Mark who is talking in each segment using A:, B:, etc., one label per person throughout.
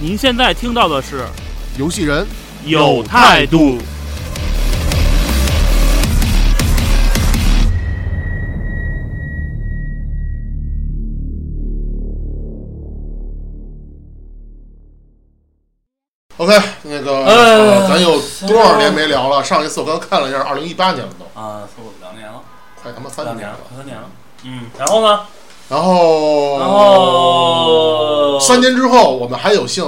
A: 您现在听到的是
B: 游戏人
A: 有态度。
B: OK，那个、
A: 哎
B: 呃咱有多少年没聊了？上一次我刚看了一下，二零一八年了都，
A: 啊，是我两年了，
B: 快他妈三年了。
A: 快三年了。嗯，然后呢？
B: 然后，
A: 然后
C: 嗯
B: 三年之后，我们还有幸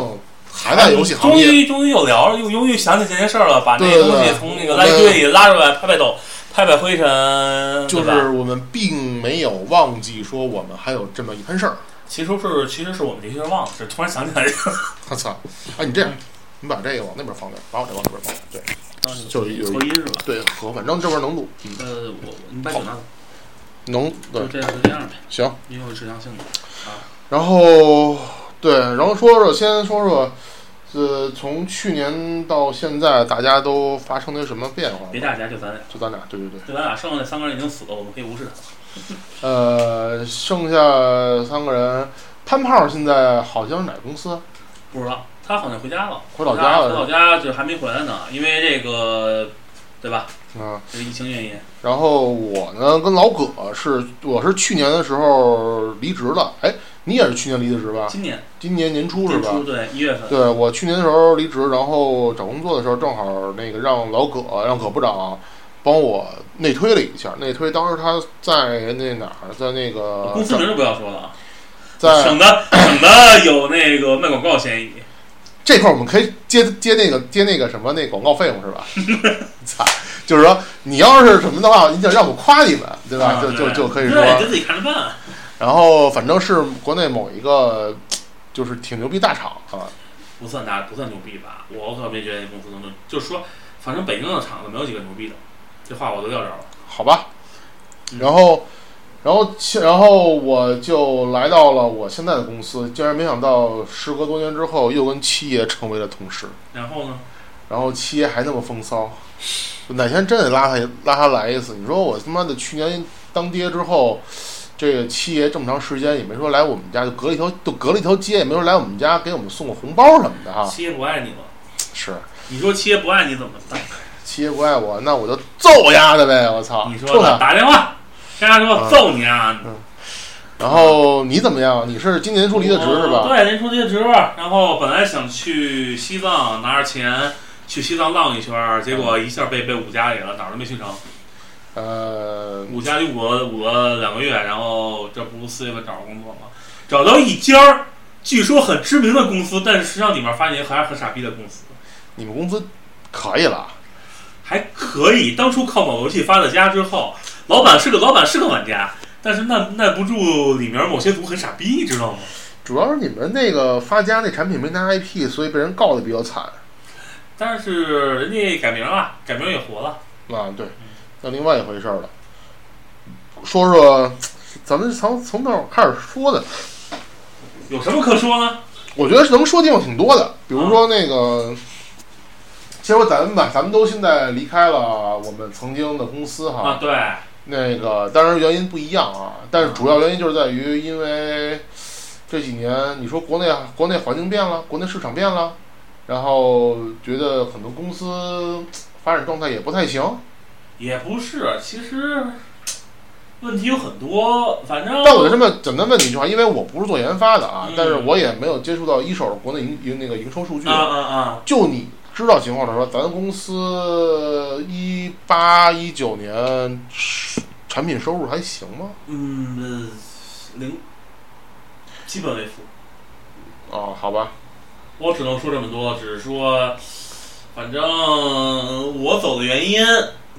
B: 还在游戏行
C: 终
B: 业。
C: 于终于有聊了，又终于想起这件事儿了，把那
B: 对
C: 个
B: 对
C: 东
B: 对
C: 西从那个垃圾堆里拉出来，拍拍抖，拍拍灰尘，
B: 就
C: 对
B: 是
C: 吧
B: 我们并没有忘记说我们还有这么一摊事儿。
C: 其实是其实是我们这些人忘了，是突然想起来这个。
B: 我操！哎，你这样，你把这个往那边放点，把我这往这边放点。对， 就有
A: 错音是吧？
B: 对，和反正这边能录，嗯，
A: 呃，我你把酒拿走，
B: 能哦对
A: 就，这样就这样呗，
B: 行。
A: 因为我是良性的。
B: 然后对，然后说说先说说，呃，从去年到现在，大家都发生了什么变化？
C: 别大家就咱俩，
B: 就咱俩，对对对，
C: 就咱俩剩下那三个人已经死了，我们可以无视他。
B: 呃，剩下三个人，潘炮现在好像是哪个公司？
C: 不知道他好像回家了，
B: 回老家了
C: 回老家就还没回来呢，因为这个对吧？
B: 嗯，
C: 这个疫情原因，
B: 然后我呢跟老葛是，我是去年的时候离职了，哎，你也是去年离的职吧？
C: 今年
B: 今年年初
C: 年
B: 是啊吧？
C: 初对一月份，
B: 对我去年的时候离职，然后找工作的时候，正好那个让老葛让葛部长帮我内推了一下。内推当时他在那哪儿，在那个
C: 公司名就不要说了啊，
B: 在
C: 省 得省得有那个卖广告嫌疑。
B: 这块儿我们可以接接那个接那个什么那广告费用 是吧？操，就是说你要是什么的话，你想让我夸你们，对吧？
C: 啊
B: 就就
C: 对
B: 就可以
C: 对，你
B: 说。
C: 就自己看着办。
B: 然后反正是国内某一个就是挺牛逼大厂啊，
C: 不算大，不算牛逼吧？我可没觉得那公司能牛，就是说，反正北京的厂子没有几个牛逼的，这话我都要着了。
B: 好吧，
C: 嗯
B: 然后，然后其，然后我就来到了我现在的公司，竟然没想到，时隔多年之后，又跟七爷成为了同事。
C: 然后呢？
B: 然后七爷还那么风骚，哪天真得拉他拉他来一次。你说我他妈的去年当爹之后，这个七爷这么长时间也没说来我们家，就隔了一条就隔了一条街，也没说来我们家给我们送个红包什么的哈。
C: 七爷不爱你了，
B: 是
C: 你说七爷不爱你怎么办？
B: 七爷不爱我，那我就揍丫的呗！我操，
C: 你
B: 冲
C: 说
B: 他
C: 呢！打电话，跟他
B: 啊
C: 说揍你啊！
B: 然后你怎么样？你是今年年初离的职是吧？
C: 我对，人出离的职，然后本来想去西藏拿着钱去西藏浪一圈儿，结
B: 啊
C: 果一下被被五家给了，哪儿都没去成。
B: 呃，
C: 五家就五个五个两个月，然后这不四月份找着工作吗？找到一家儿据说很知名的公司，但是实际上里面发现还是很傻逼的公司，
B: 你们工资可以了，
C: 还可以。当初靠某游戏发的家之后，老板是个老板是个玩家，但是耐耐不住里面某些组很傻逼，你知道吗？
B: 主要是你们那个发家那产品没拿 IP，所以被人告的比较惨
C: 但是人家改名了，改名也活了。
B: 啊。对，那另外一回事儿了。说说，咱们从从哪儿开始说的？
C: 有什么可说呢？
B: 我觉得能说的地方挺多的，比如说那个，先说咱们吧，咱们都现在离开了我们曾经的公司哈。
C: 啊，对，
B: 那个当然原因不一样啊，但是主要原因就是在于，因为这几年你说国内啊国内环境变了，国内市场变了，然后觉得很多公司发展状态也不太行。
C: 也不是，其实问题有很多，反正
B: 但我就这么简单问你一句话，因为我不是做研发的啊，
C: 嗯
B: 但是我也没有接触到一手的国内营营那个营收数据
C: 啊。啊啊，
B: 就你知道情况来说，咱公司一八一九年产品收入还行吗？
C: 嗯，零，基本为负。
B: 啊，好吧，
C: 我只能说这么多，只是说，反正我走的原因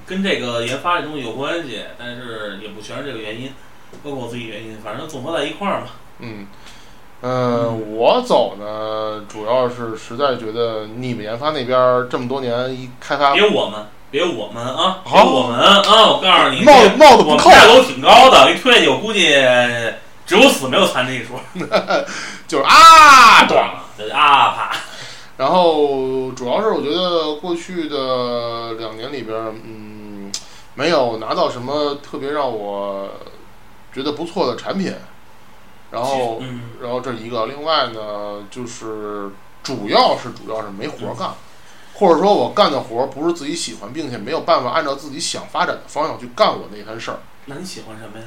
C: 跟这个研发这东西有关系，但是也不全是这个原因，包括我自己原因，反正总合在一块儿嘛。
B: 嗯，嗯，我走呢，主要是实在觉得你们研发那边儿这么多年一开发
C: 别我们，别我们啊，别
B: 好
C: 我们啊！我告诉你，
B: 帽子帽子
C: 我
B: 不
C: 们
B: 扣，
C: 价楼挺高的，一推下去，我估计只有死没有残这一说。
B: 就是啊，对。
C: 啊，啊啪！
B: 然后主要是我觉得过去的两年里边儿，嗯，没有拿到什么特别让我觉得不错的产品。然后，
C: 嗯，
B: 然后这是一个，另外呢，就是主要是主要是没活儿
C: 嗯
B: 干，或者说我干的活儿不是自己喜欢，并且没有办法按照自己想发展的方向去干我那摊事儿。
C: 那你喜欢什么呀？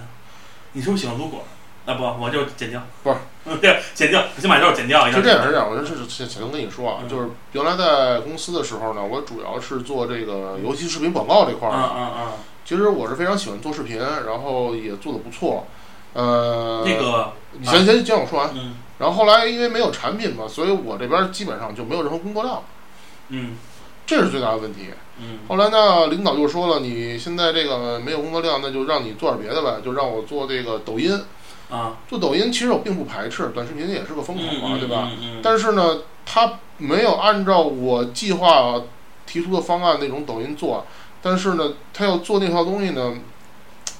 C: 你是不是喜欢撸管？啊不，我就剪掉。
B: 不是
C: 嗯，对， 剪掉，先把这剪掉。
B: 是这样，是这样，我就是想想跟你说啊，
C: 嗯
B: 就是原来在公司的时候呢，我主要是做这个游戏视频广告这块
C: 嗯
B: 儿的。
C: 嗯
B: 其实我是非常喜欢做视频，然后也做的不错。呃啊
C: 嗯，，那个，
B: 你先先先让我说完。
C: 嗯
B: 然后后来因为没有产品嘛，所以我这边基本上就没有任何工作量，
C: 嗯
B: 这是最大的问题。
C: 嗯
B: 后来呢，领导就说了，你现在这个没有工作量，那就让你做点别的呗，就让我做这个抖音。
C: 啊，
B: 做抖音其实我并不排斥，短视频也是个风口嘛，
C: 嗯
B: 对吧？？
C: 嗯嗯嗯
B: 但是呢，他没有按照我计划提出的方案那种抖音做，但是呢，他要做那套东西呢，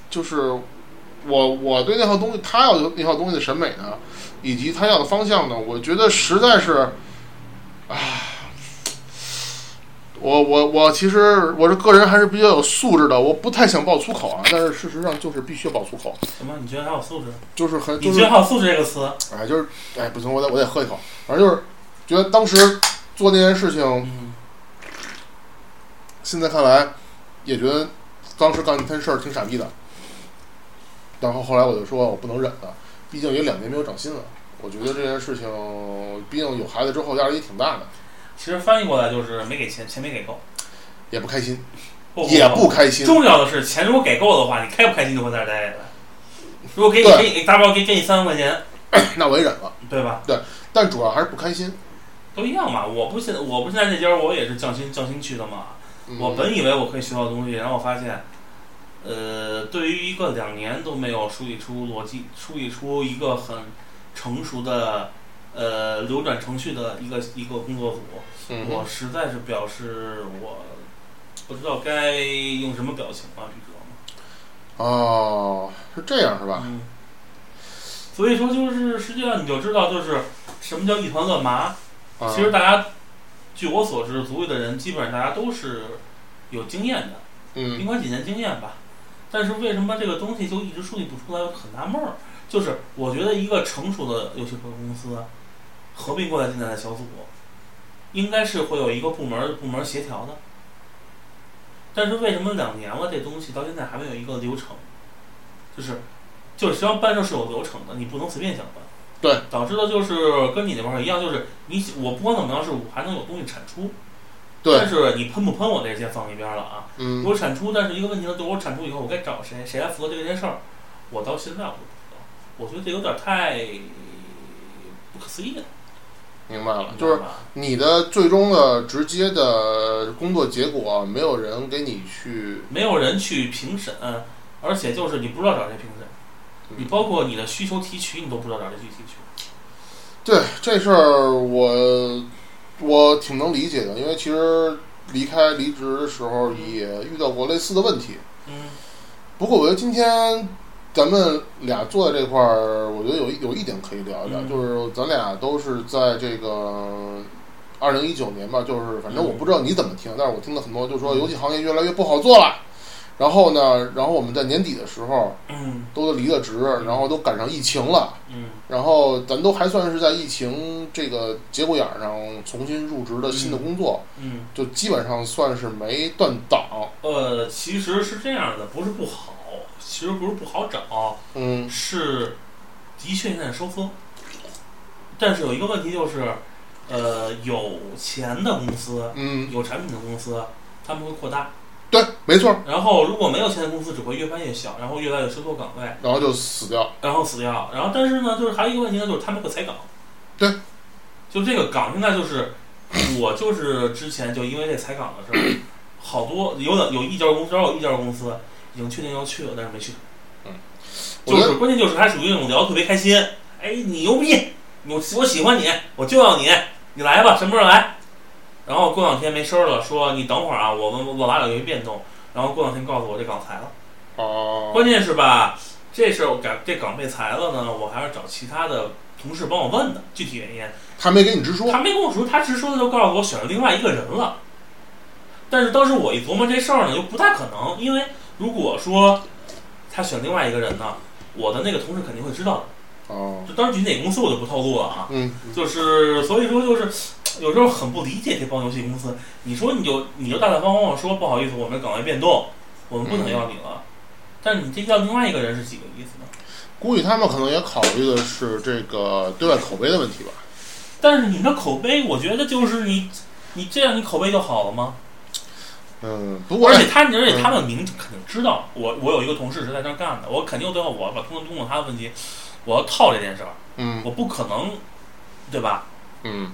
B: 就是我我对那套东西，他要有那套东西的审美呢，以及他要的方向呢，我觉得实在是，唉，我我我其实我这个人还是比较有素质的，我不太想爆粗口啊，但是事实上就是必须要爆粗口，
C: 什么？你觉得还有素质？
B: 就是很
C: 你
B: 就
C: 觉
B: 是
C: 得还有素质这个词？
B: 哎，就是哎，不行，我得我得喝一口。反正就是觉得当时做那件事情，
C: 嗯
B: 现在看来也觉得当时干那摊事儿挺傻逼的。然后后来我就说，我不能忍了，毕竟也两年没有涨薪了。我觉得这件事情，毕竟有孩子之后压力也挺大的，
C: 其实翻译过来就是没给钱，钱没给够，
B: 也不开心，
C: 不
B: 也不开心。
C: 重要的是，钱如果给够的话，你开不开心就会在这儿待着。如果给你
B: 对
C: 给你打包给给你三万块钱，
B: 那我也忍了，
C: 对吧？
B: 但主要还是不开心。
C: 都一样嘛。我不现我不现在这家，我也是降薪降薪去的嘛。
B: 嗯、
C: 我本以为我可以学到的东西，然后我发现，呃，对于一个两年都没有梳理出逻辑、梳理出一个很成熟的呃流转程序的一个一个工作组，
B: 嗯
C: 我实在是表示我不知道该用什么表情了，你知道吗？
B: 哦，是这样是吧？
C: 嗯，所以说就是实际上你就知道就是什么叫一团乱麻。
B: 啊
C: 其实大家，据我所知，足浴的人基本上大家都是有经验的，
B: 嗯
C: 应该几年经验吧。但是为什么这个东西就一直梳理不出来，我很纳闷儿。就是我觉得一个成熟的游戏客户公司合并过来进来的小组，应该是会有一个部门部门协调的。但是为什么两年了，这东西到现在还没有一个流程？就是，就是实际上办事是有流程的，你不能随便想办。
B: 对，
C: 导致的就是跟你那块儿一样，就是你我不管怎么样是我还能有东西产出，但
B: 对，
C: 是你喷不喷我这先放一边儿了啊。
B: 嗯
C: 我产出，但是一个问题呢，就是我产出以后，我该找谁，谁来负责这件事儿，我到现在我都不知道，我觉得这有点太不可思议了，
B: 明白了，
C: 你知
B: 就是
C: 道吧
B: 你的最终的直接的工作结果，没有人给你去，
C: 没有人去评审，而且就是你不知道找谁评审，
B: 嗯
C: 你包括你的需求提取，你都不知道找谁去提取。
B: 对这事儿我我挺能理解的，因为其实离开离职的时候也遇到过类似的问题。
C: 嗯
B: 不过我觉得今天咱们俩坐在这块儿，我觉得有一有一点可以聊一聊，
C: 嗯
B: 就是咱俩都是在这个。二零一九年吧，就是反正我不知道你怎么听，但是我听到很多就说游戏行业越来越不好做了。然后呢，然后我们在年底的时候，
C: 嗯
B: 都离了职，然后都赶上疫情了，
C: 嗯
B: 然后咱都还算是在疫情这个节骨眼儿上重新入职的新的工作，
C: 嗯，
B: 就基本上算是没断档。
C: 呃，其实是这样的，不是不好，其实不是不好找，
B: 嗯
C: 是的确现在收缩，但是有一个问题就是，呃，有钱的公司、
B: 嗯，
C: 有产品的公司，他们会扩大；
B: 对，没错，
C: 然后如果没有钱的公司，只会越办越小，然后越来越收缩岗位，
B: 然后就死掉。
C: 然后死掉。然后但是呢，就是还有一个问题呢，就是他们会裁岗。
B: 对，
C: 就这个岗现在就是，我就是之前就因为这裁岗的事儿，好多有的有一家公司，有一家公司已经确定要去了，但是没去成。
B: 我觉
C: 就
B: 得
C: 是关键就是还属于那种聊得特别开心，哎，你牛逼，你我我喜欢你，我就要你，你来吧，什么时候来？然后过两天没声儿了，说你等会儿啊，我们我拉了有一变动，然后过两天告诉我这岗裁了。
B: 哦
C: 关键是吧，这事儿我改这岗被裁了呢，我还是找其他的同事帮我问的具体原因。
B: 他没给你直说，
C: 他没跟我说，他直说的就告诉我选了另外一个人了。但是当时我一琢磨这事儿呢，又不太可能，因为如果说他选另外一个人呢，我的那个同事肯定会知道
B: 哦
C: 的。，就当时具体哪公司我就不透露了啊。
B: 嗯，
C: 就是所以说就是。有时候很不理解这帮游戏公司，你说你就你就大大方方地说不好意思，我们岗位变动，我们不想要你了，但是你这要另外一个人是几个意思呢？
B: 估计他们可能也考虑的是这个对外口碑的问题吧。
C: 但是你的口碑，我觉得就是你你这样你口碑就好了吗？
B: 嗯，不过
C: 而且他，而且
B: 嗯
C: 他们明肯定知道，我我有一个同事是在那儿干的，我肯定都要我把通通过他的问题，我要套这件事儿，
B: 嗯
C: 我不可能，对吧？
B: 嗯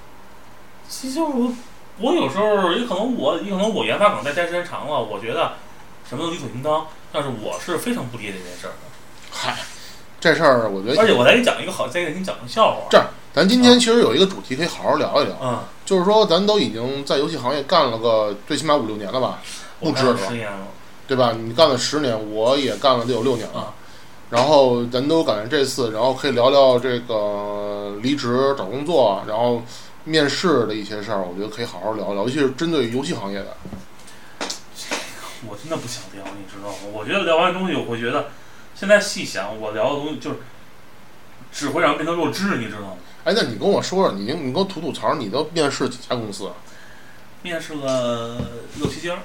C: 其实我我有时候也可能我也可能我研发岗在待时间长了，我觉得什么都理所应当，但是我是非常不理解这件事儿的。
B: 嗨，这事儿我觉
C: 而且
B: 得，
C: 我再给你讲一个好，再给你讲个笑话。
B: 这样咱今天其实有一个主题可以好好聊一聊，
C: 嗯，
B: 就是说咱都已经在游戏行业干了个最起码五六年了吧，
C: 我
B: 不止
C: 干
B: 了
C: 了十年了，
B: 对吧？你干了十年，我也干了得有六年了
C: 啊。
B: 然后咱都赶上这次，然后可以聊聊这个离职、找工作，然后面试的一些事儿，我觉得可以好好聊聊，尤其是针对游戏行业的。
C: 我真的不想聊，你知道吗？我觉得聊完东西，我会觉得现在细想，我聊的东西就是只会让人变得弱智，你知道吗？
B: 哎，那你跟我说说，你你给我吐吐槽，你都面试几家公司？啊
C: 面试了六七家儿，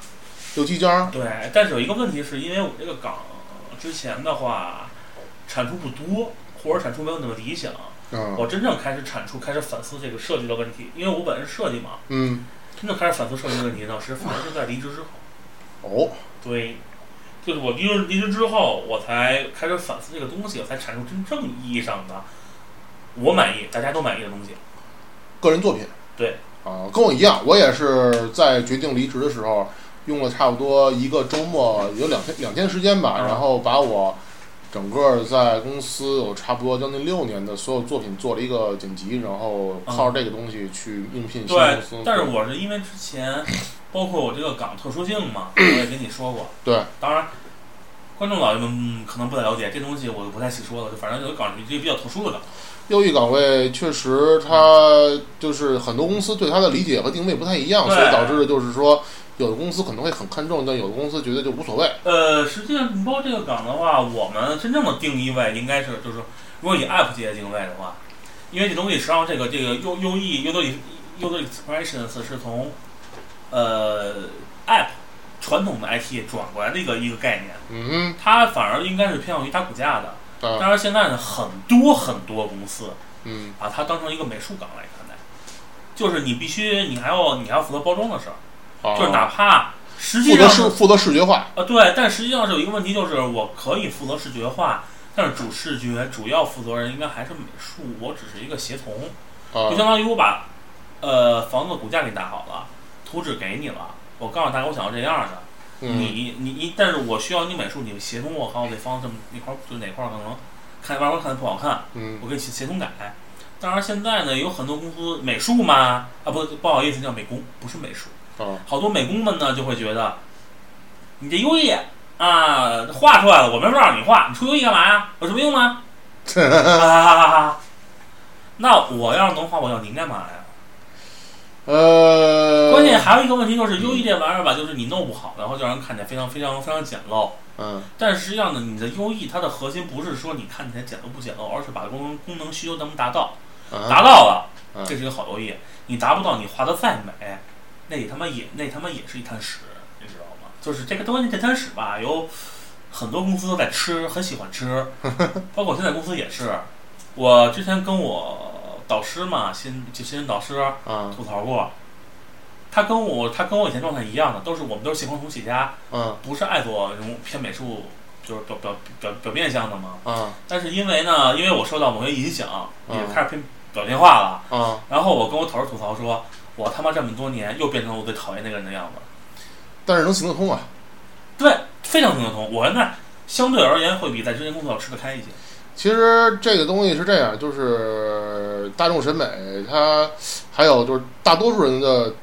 B: 六七家？
C: 对，但是有一个问题是因为我这个岗之前的话产出不多，或者产出没有那么理想，
B: 嗯
C: 我真正开始产出，开始反思这个设计的问题，因为我本身是设计嘛，
B: 嗯，
C: 真正开始反思设计的问题呢，是反而是在离职之后，
B: 哦，
C: 对，就是我离职离职之后，我才开始反思这个东西，我才产出真正意义上的我满意，大家都满意的东西。
B: 个人作品。
C: 对。
B: 啊，跟我一样，我也是在决定离职的时候，用了差不多一个周末，有两天两天时间吧，
C: 嗯
B: 然后把我整个在公司有差不多将近六年的所有作品做了一个剪辑，然后靠着这个东西去应聘新
C: 对
B: 公司。，
C: 但是我是因为之 前，包括我这个岗特殊性嘛，我也跟你说过。
B: 对，
C: 当然，观众老爷们嗯可能不太了解这东西，我就不太细说了。就反正这个岗是一个比较特殊的岗。
B: 优异岗位确实，它就是很多公司对它的理解和定位不太一样，
C: 对
B: 所以导致的就是说，有的公司可能会很看重，但有的公司觉得就无所谓。
C: 呃，实际上你包括这个岗的话，我们真正的定义位应该是就是，如果以 App 界定位的话，因为这东西实际上这个这个 U U E U 的 U 的 Expressions 是从呃 App 传统的 IT 转过来的一个一个概念，
B: 嗯
C: 它反而应该是偏向于打骨架的。
B: 哼，啊，
C: 当然，现在呢，很多很多公司
B: 嗯
C: 把它当成一个美术岗来看待，就是你必须，你还要你还要负责包装的事儿，
B: 啊，
C: 就是哪怕实际
B: 负责
C: 上
B: 视
C: 啊、
B: 负责视觉化，
C: 对，但实际上是有一个问题，就是我可以负责视觉化，但是主视觉主要负责人应该还是美术，我只是一个协同，
B: 啊
C: 就，相当于我把呃房子骨架给打好了，图纸给你了，我告诉大家我想要这样的，
B: 嗯
C: 你你你，但是我需要你美术，你协同我，看我这方这么哪块儿就哪块儿可能看外观看的不好看。
B: 嗯
C: 我可以协协同改。当然，现在呢有很多公司美术嘛，啊不不好意思，叫美工，不是美术。
B: 啊，
C: 好多美工们呢就会觉得，你这优异啊画出来了，我没法让你画，你出优异干嘛呀？有什么用啊？啊那我要是能画，我要您干嘛呀？
B: 呃，
C: 关键还有一个问题就是，优异这玩意儿吧，就是你弄不好，然后就让人看起来非常非常非常简陋。
B: 嗯
C: 但实际上呢，你的优异它的核心不是说你看起来简陋不简陋，而是把功能功能需求能不能达到。达
B: 啊，
C: 到了
B: 嗯，
C: 这是一个好游戏。你达不到，你画的再美，那他妈也那他妈也是一滩屎，你知道吗？就是这个东西，这滩屎吧，有很多公司都在吃，很喜欢 吃，包括现在公司也是。我之前跟我导师嘛，新就新人导师
B: 啊
C: 吐槽过，他跟我他跟我以前状态一样的，都是我们都是喜欢同起家，
B: 啊
C: 不是爱做那种偏美术，就是表表表表面向的嘛。
B: 啊
C: 但是因为呢，因为我受到某些影响，也开始偏表面化了。
B: 啊，
C: 然后我跟我头儿吐槽说，我他妈这么多年又变成了我最讨厌那个人的样子。
B: 但是能行得通啊。
C: 对，非常行得通。我现在相对而言会比在之前工作要吃得开一些。
B: 其实这个东西是这样，就是是大众审美，它还有就是大多数人的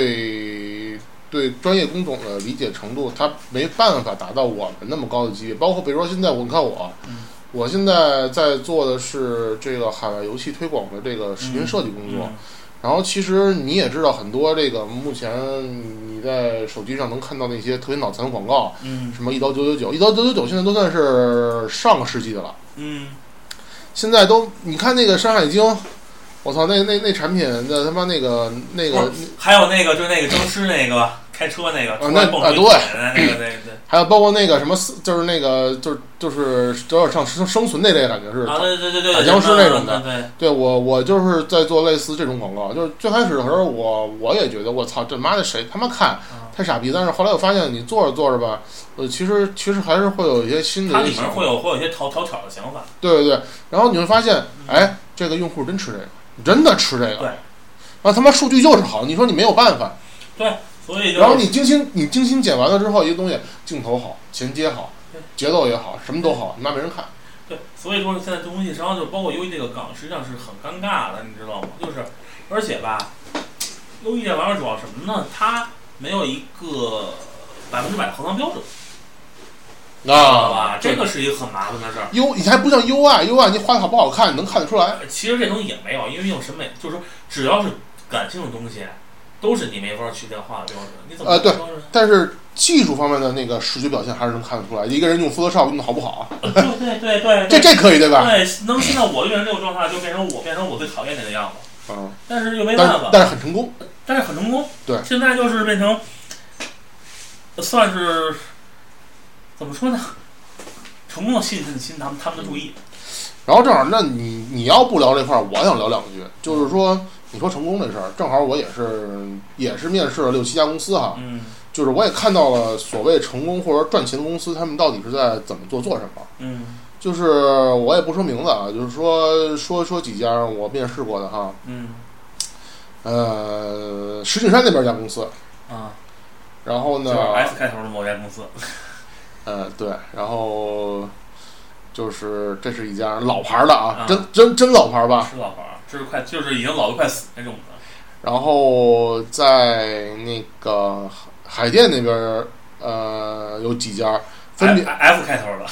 B: 对对专业工种的理解程度，它没办法达到我们那么高的级别。包括比如说现在我，你看我，啊
C: 嗯
B: 我现在在做的是这个海外游戏推广的这个视频设计工作。
C: 嗯
B: 然后其实你也知道很多这个目前你在手机上能看到那些特别脑残的广告，
C: 嗯
B: 什么一刀九九九，一刀九九九现在都算是上个世纪的了。
C: 嗯
B: 现在都你看那个《山海经》，我操，那那那产品的他妈那个那个
C: 不，还有那个就那个僵尸那个开车那个，突然蹦出一
B: 那啊
C: 那个那个
B: 还有包括那个什么四，就是那个就是就是有点像生生存那类的感觉似
C: 对啊
B: 的。
C: 对对对对，
B: 打僵尸那种的
C: 对，
B: 对我我就是在做类似这种广告，就是最开始的时候我我也觉得我操这妈的谁他妈看
C: 啊
B: 太傻逼，但是后来我发现你做着做着吧，呃其实其实还是会有一些新的
C: 它
B: 一
C: 里
B: 些
C: 面会有会有一些讨讨巧的想法，
B: 对对对，然后你会发现，哎，这个用户真吃这个，真的吃这个，
C: 嗯对
B: 然后他妈数据就是好，你说你没有办法，
C: 所以就
B: 然后你精心你精心剪完了之后，一个东西镜头好，衔接好
C: 对，
B: 节奏也好，什么都好，那没人看。
C: 对， 所以说现在东西商就包括优衣这个岗，实际上是很尴尬的，你知道吗？就是，而且吧，优衣这玩意儿主要什么呢？它没有一个百分之百衡量标准，知
B: 啊
C: 道吧？这个是一个很麻烦的事儿。
B: U 你还不像 UI，UI 你画的好不好看，你能看得出来。
C: 其实这东西也没有，因为用审美，就是说只要是感性的东西，都是你没法去量化的标准。你怎么
B: 呃对
C: 标准？
B: 但是技术方面的那个视觉表现还是能看得出来，一个人用 Photoshop 用的好不好，
C: 呃对 对对对，
B: 这这可以对吧？
C: 对，能现在我变成这种状态，就变成我变成我最讨厌你的样子，
B: 嗯，
C: 但是又没
B: 但是
C: 办法。
B: 但是很成功，
C: 但是很成功。
B: 对
C: 现在就是变成，呃算是怎么说呢？成功的吸引吸引他们他们的注意。
B: 然后正好，那你你要不聊这块儿，我想聊两句，就是说你说成功这事儿，正好我也是也是面试了六七家公司哈，
C: 嗯
B: 就是我也看到了所谓成功或者赚钱的公司，他们到底是在怎么做做什么。
C: 嗯
B: 就是我也不说名字啊，就是说说说几家我面试过的哈，
C: 嗯
B: 呃，石景山那边一家公司，
C: 啊，
B: 然后
C: 就是
B: 呢，
C: S 开头的某家公司。
B: 呃，对，然后就是这是一家老牌的啊，
C: 啊
B: 真真真老牌吧，
C: 是老牌儿，就是快，就是已经老的快死那种的。
B: 然后在那个海淀那边，呃，有几家，分别
C: F F 开头的，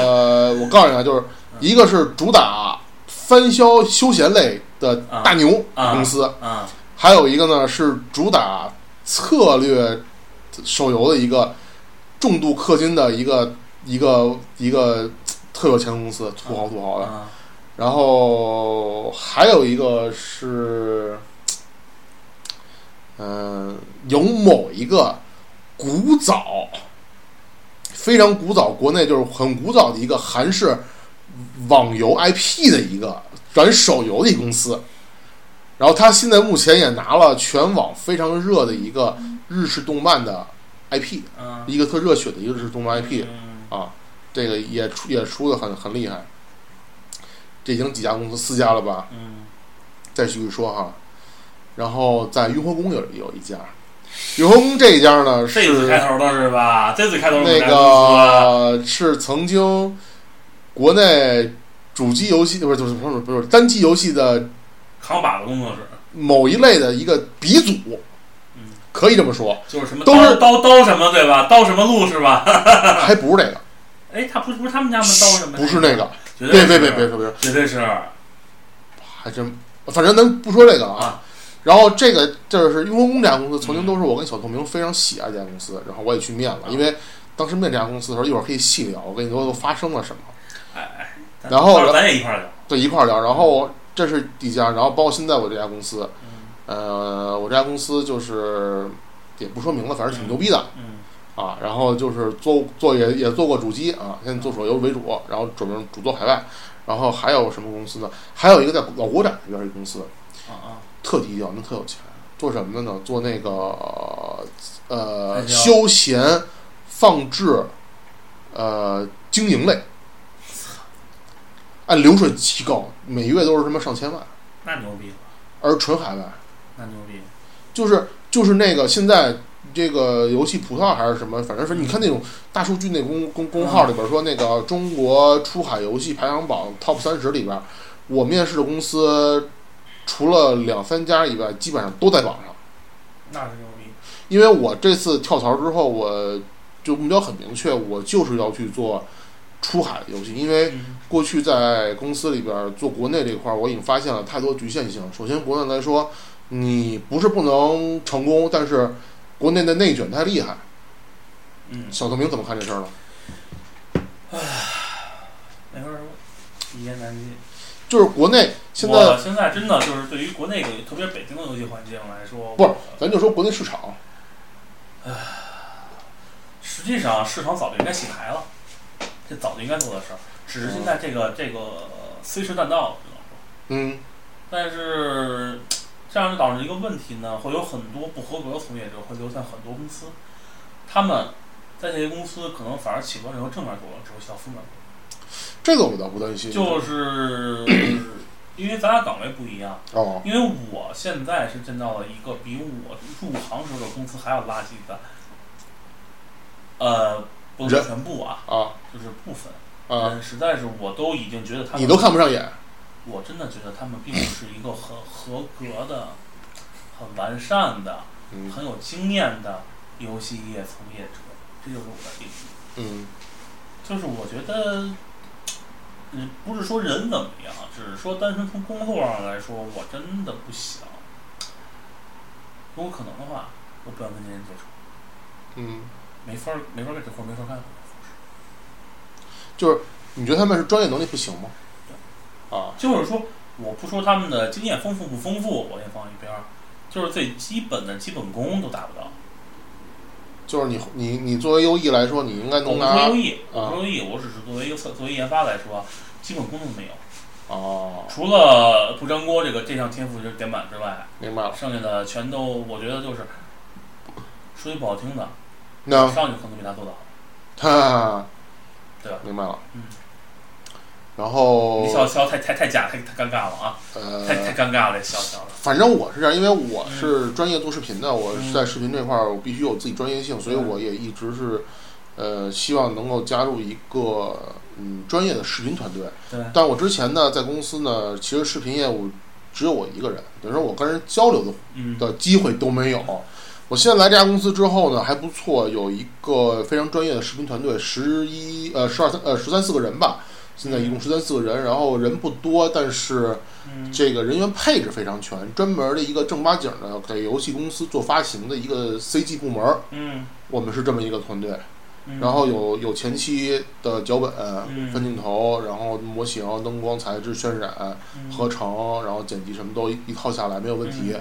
B: 呃，我告诉你啊，就是
C: 嗯
B: 一个是主打翻销休闲类的大牛
C: 啊
B: 公司，
C: 啊
B: 还有一个呢是主打策略手游的一个重度氪金的一个一个一个特有钱公司，土豪土豪的。
C: 啊
B: 然后还有一个是，嗯、有某一个古早，非常古早，国内就是很古早的一个韩式网游 IP 的一个转手游的一公司。然后他现在目前也拿了全网非常热的一个日式动漫的 IP，
C: 啊
B: 一个特热血的一个日式动漫 IP。
C: 嗯
B: 啊，这个也出也出的很很厉害。这已经几家公司四家了吧？
C: 嗯，
B: 再继续说哈。然后在雍和宫有有一家，雍和宫这一家呢
C: 这字开
B: 是
C: 头的是吧？这字开头的某
B: 那
C: 家公司啊
B: 个是曾经国内主机游戏不是不是不是不是单机游戏的
C: 扛把子工作室，
B: 某一类的一个鼻祖
C: 嗯，
B: 可以这 么说，
C: 就是什么
B: 都
C: 刀
B: 是
C: 刀刀什么对吧？刀什么路是吧？
B: 还不是这个，
C: 哎，他不是不是他们家吗？刀什么？
B: 不是那， 个，
C: 绝
B: 别
C: 对是
B: 别别别，别别，
C: 绝对是哎
B: 还真，反正咱不说这个了
C: 啊
B: 啊。然后这个这是雍和宫这家公司，曾经都是我跟小透明非常喜爱这家公司，然后我也去面了，因为当时面这家公司的时候，一会儿可以细聊，我跟你说都发生了什么，
C: 哎咱
B: 然后
C: 到时候咱也一块儿聊。
B: 对，一块儿聊。然后这是一家，然后包括现在我这家公司，
C: 嗯
B: 呃，我这家公司就是也不说名了，反正挺牛逼的
C: 嗯
B: 啊。然后就是做做也也做过主机啊，现在做手游为主，然后准备主做海外。然后还有什么公司呢？还有一个在老国展这边儿一公司，
C: 啊啊，
B: 特低调，那特有钱。做什么的呢？做那个呃
C: 传销
B: 休闲放置呃经营类，按流水极高，每月都是什么上千万，
C: 那牛逼了，
B: 而纯海外，
C: 那牛逼。
B: 就是就是那个现在。这个游戏葡萄还是什么，反正是你看那种大数据那公公公号里边说那个中国出海游戏排行榜 top 三十里边，我面试的公司除了两三家以外，基本上都在网上。
C: 那是牛逼。
B: 因为我这次跳槽之后，我就目标很明确，我就是要去做出海的游戏。因为
C: 嗯
B: 过去在公司里边做国内这一块儿，我已经发现了太多局限性。首先，国内来说，你不是不能成功，但是国内的内卷太厉害。
C: 嗯，
B: 小透明怎么看这事儿呢？
C: 没法说，一言难尽。
B: 就是国内现在，
C: 我现在真的就是对于国内的，特别是北京的游戏环境来说，
B: 不是
C: 我
B: 咱就说国内市场，
C: 实际上市场早就应该洗牌了，这早就应该做的事儿，只是现在这个、这个呃虽迟但到，只能说。
B: 嗯，
C: 但是这样就导致一个问题呢，会有很多不合格的从业者会流向很多公司，他们在这些公司可能反而起不了正面作用，只会起到负面作
B: 这个我倒不担心。
C: 用。就是 因为咱俩岗位不一样，
B: 哦，
C: 因为我现在是见到了一个比我入行时候的公司还要垃圾的，呃，不能说
B: 人
C: 全部啊，
B: 啊
C: 就是部分，
B: 啊，
C: 嗯，实在是我都已经觉得他们
B: 你都看不上眼，
C: 我真的觉得他们并不是一个很合格的、很完善的、
B: 嗯
C: 很有经验的游戏业从业者，这就是我的定义。
B: 嗯
C: 就是我觉得，嗯，不是说人怎么样，只是说单纯从工作上来说，我真的不想。如果可能的话，我不想跟这些人接触，
B: 嗯，
C: 没法儿没法儿干这活儿，没法儿干。
B: 你觉得他们是专业能力不行吗？啊，
C: 就是说，我不说他们的经验丰富不丰富，我先放一边儿，就是最基本的基本功都达不到。
B: 就是你你你作为优异来说，你应该
C: 我
B: 能
C: 不
B: 拿
C: 说优异，我
B: 啊
C: 不说优异，我只是作为一个策作为研发来说，基本功都没有，
B: 哦，
C: 除了不粘锅这个这项天赋就是点满之外，
B: 明白了。
C: 剩下的全都我觉得就是，说句不好听的，
B: 那
C: 上去可能比他做的好。
B: 哈，
C: 对吧
B: 明白了。
C: 嗯。
B: 然后
C: 你笑笑太太太假太太尴尬了啊，太太
B: 呃，
C: 尴尬了，笑笑了。
B: 反正我是这样，因为我是专业做视频的，我是在视频这块儿我必须有自己专业
C: 嗯
B: 性，所以我也一直是呃希望能够加入一个嗯专业的视频团队。
C: 对，
B: 但我之前呢，在公司呢，其实视频业务只有我一个人，等于说我跟人交流的
C: 嗯，
B: 的机会都没有。我现在来这家公司之后呢，还不错，有一个非常专业的视频团队，十一呃十二三呃十三四个人吧，现在一共十三四个人，然后人不多，但是
C: 嗯，
B: 这个人员配置非常全，专门的一个正八经的给游戏公司做发行的一个 CG 部门儿，
C: 嗯，
B: 我们是这么一个团队。
C: 嗯
B: 然后有有前期的脚本、
C: 嗯
B: 分镜头，然后模型、灯光、材质、渲染、
C: 嗯
B: 合成，然后剪辑什么都一一套下来没有问题，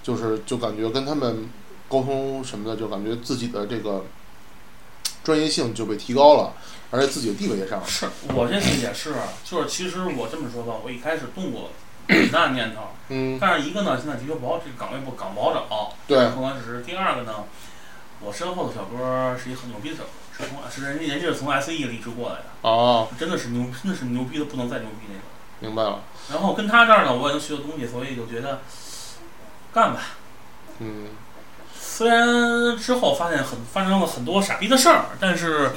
B: 就是就感觉跟他们沟通什么的，就感觉自己的这个专业性就被提高了，而且自己的地位也上了。
C: 是我这次也是，就是其实我这么说吧，我一开始动过很大的念头，
B: 嗯，
C: 但是一个呢，现在的确不好，这个岗位不岗不好找。
B: 对，
C: 不光是第二个呢，我身后的小哥是一个很牛逼的小哥，是从是人家人家是从 SE 里一直过来的，
B: 哦，
C: 真的是牛，真的是牛逼的不能再牛逼那种。
B: 明白了。
C: 然后跟他这儿呢，我也能学到东西，所以就觉得干吧。
B: 嗯，
C: 虽然之后发现很发生了很多傻逼的事儿，但是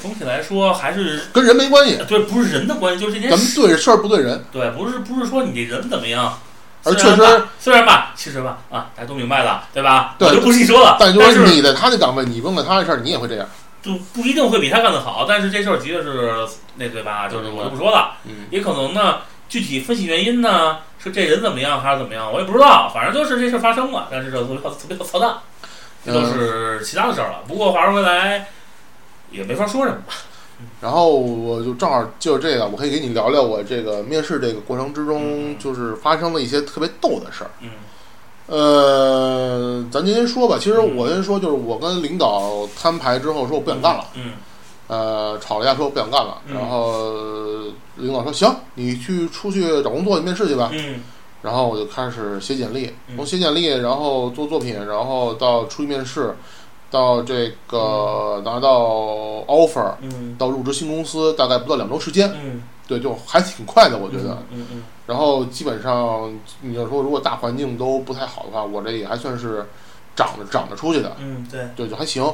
C: 总体来说还是
B: 跟人没关系，
C: 对，不是人的关系，就是这件
B: 咱们
C: 事。
B: 对事儿不对人。
C: 对，不是不是说你这人怎么样，
B: 而
C: 虽然
B: 确实
C: 吧，虽然吧，其实吧，啊，大家都明白了，对吧？
B: 对
C: 我就不细说了。
B: 但就
C: 但
B: 说
C: 是
B: 你在他的岗位，你问问他的事儿，你也会这样。
C: 就不一定会比他干得好，但是这事儿的确是那对吧？就是我就不说了，
B: 嗯，
C: 也可能呢，具体分析原因呢，是这人怎么样还是怎么样，我也不知道，反正就是这事儿发生了，但是这特别特别操蛋，这都
B: 嗯
C: 是其他的事儿了。不过话说回来，也没法说什么吧。
B: 然后我就正好就这个，我可以给你聊聊我这个面试这个过程之
C: 嗯
B: 中，就是发生了一些特别逗的事儿。
C: 嗯
B: 呃，咱今天说吧，其实
C: 嗯
B: 我先说，就是我跟领导摊牌之后说我不想干了，。
C: 嗯
B: 呃，吵了架说我不想干了，
C: 嗯
B: 然后领导说行，你去出去找工作，你面试去吧。
C: 嗯
B: 然后我就开始写简历，
C: 嗯
B: 从写简历，然后做作品，然后到出去面试，到这个拿到 offer，
C: 嗯
B: 到入职新公司，大概不到两周时间。
C: 嗯，
B: 对，就还挺快 的，我觉得。
C: 嗯嗯
B: 然后基本上，你要说如果大环境都不太好的话，我这也还算是长着长着出去的，
C: 嗯，对，
B: 对，就还行。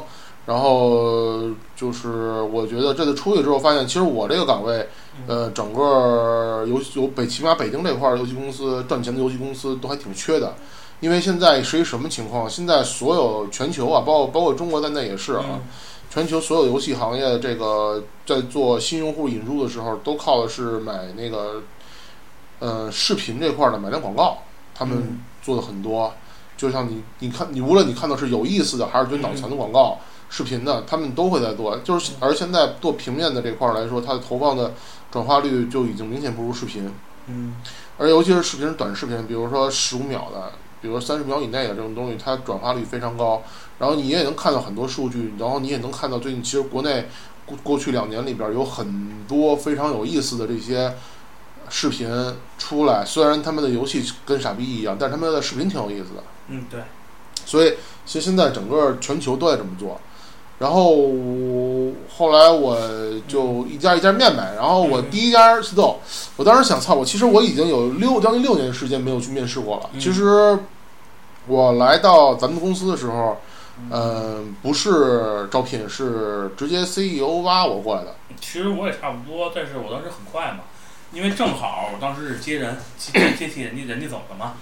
B: 然后就是我觉得这次出去之后发现，其实我这个岗位，呃，整个游戏有北起码北京这块儿游戏公司赚钱的游戏公司都还挺缺的，因为现在是一什么情况？现在所有全球啊，包括包括中国在内也是啊，
C: 嗯
B: 全球所有游戏行业这个在做新用户引入的时候，都靠的是买那个，呃，视频这块儿的买单广告，他们
C: 嗯
B: 做的很多。就像你，你看，你无论你看到是有意思的，还是觉得脑残的广告、视频的，他们都会在做。就是
C: 嗯
B: 而现在做平面的这块儿来说，它的投放的转化率就已经明显不如视频，
C: 嗯
B: 而尤其是视频是短视频，比如说十五秒的，比如三十秒以内的这种东西，它转化率非常高。然后你也能看到很多数据，然后你也能看到最近其实国内过过去两年里边有很多非常有意思的这些视频出来，虽然他们的游戏跟傻逼一样，但是他们的视频挺有意思的。
C: 嗯，对，
B: 所以其实现在整个全球都在这么做。然后后来我就一家一家面呗，然后我
C: 嗯
B: 第一家是豆，我当时想操，我其实我已经有六将近六年时间没有去面试过了。
C: 嗯
B: 其实我来到咱们公司的时候，
C: 嗯
B: 呃，不是招聘，是直接 CEO 挖我过来的。
C: 其实我也差不多，但是我当时很快嘛，因为正好我当时是接人接接接替人家人家走了嘛，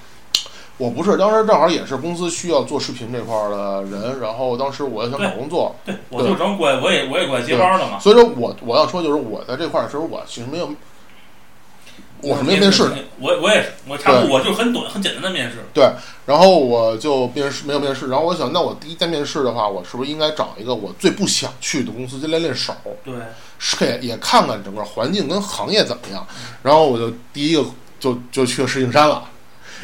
B: 我不是，当时正好也是公司需要做视频这块儿的人，然后当时我也想找工作，
C: 对，我就正过来，我也我也过来接班了嘛。
B: 啊所以说我我要说就是我在这块儿的时候，我其实没有，我是没有面试的。，
C: 我我也是，我差不
B: 对
C: 多，我就很短很简单的面试，
B: 然后我就面试没有面试，然后我想，那我第一家面试的话，我是不是应该找一个我最不想去的公司，先练练手，
C: 对，
B: 是也也看看整个环境跟行业怎么样。然后我就第一个就就去了石景山了，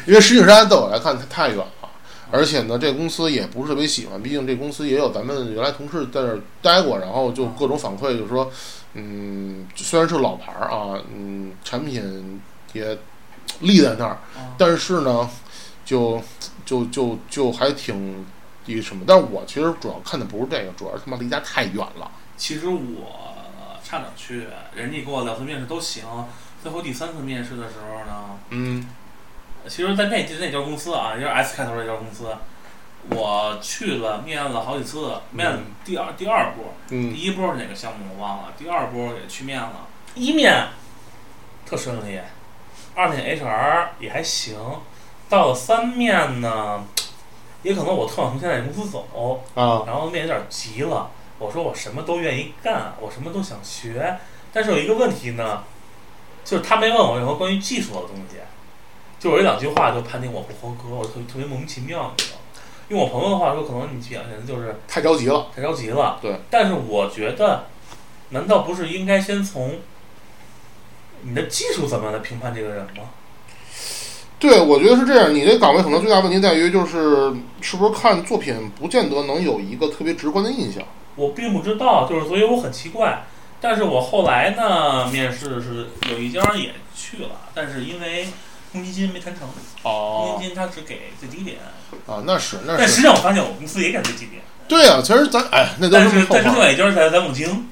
B: 因为石景山对我来看它太远了，而且呢，这公司也不是特别喜欢，毕竟这公司也有咱们原来同事在那儿待过，然后就各种反馈，就说，嗯，虽然是老牌儿啊，嗯，产品也立在那儿。
C: 啊
B: 但是呢，就就就就还挺那什么。但是我其实主要看的不是这个，主要是他妈离家太远了。
C: 其实我差点去，人家给我两次面试都行，最后第三次面试的时候呢，
B: 嗯
C: 其实，在那那家公司啊，就是 S 开头那家公司，我去了面了好几次，面了第二第二波，第
B: 嗯
C: 一波是哪个项目我忘了，第二波也去面了，一面特顺利，二面 HR 也还行，到了三面呢，也可能我特想从现在这公司走，
B: 啊
C: 然后面有点急了，我说我什么都愿意干，我什么都想学，但是有一个问题呢，就是他没问我任何关于技术的东西，就有一两句话就判定我不合格，我特特别莫名其妙，你知道吗？用我朋友的话说，可能你表现就是
B: 太着急了。
C: 太着急了。
B: 对。
C: 但是我觉得，难道不是应该先从你的技术怎么样来评判这个人吗？
B: 对，我觉得是这样。你这岗位可能最大问题在于，就是是不是看作品，不见得能有一个特别直观的印象。
C: 我并不知道，就是所以我很奇怪。但是我后来呢，面试是有一家也去了，但是因为公积金没谈成，公
B: 哦
C: 积金它只给最低点，
B: 啊，那是那
C: 但实
B: 是，
C: 际上我发现我公司也给最低点，
B: 对啊，其实咱哎，那都
C: 但
B: 是
C: 是
B: 后
C: 但是另
B: 话
C: 外一家在在母京，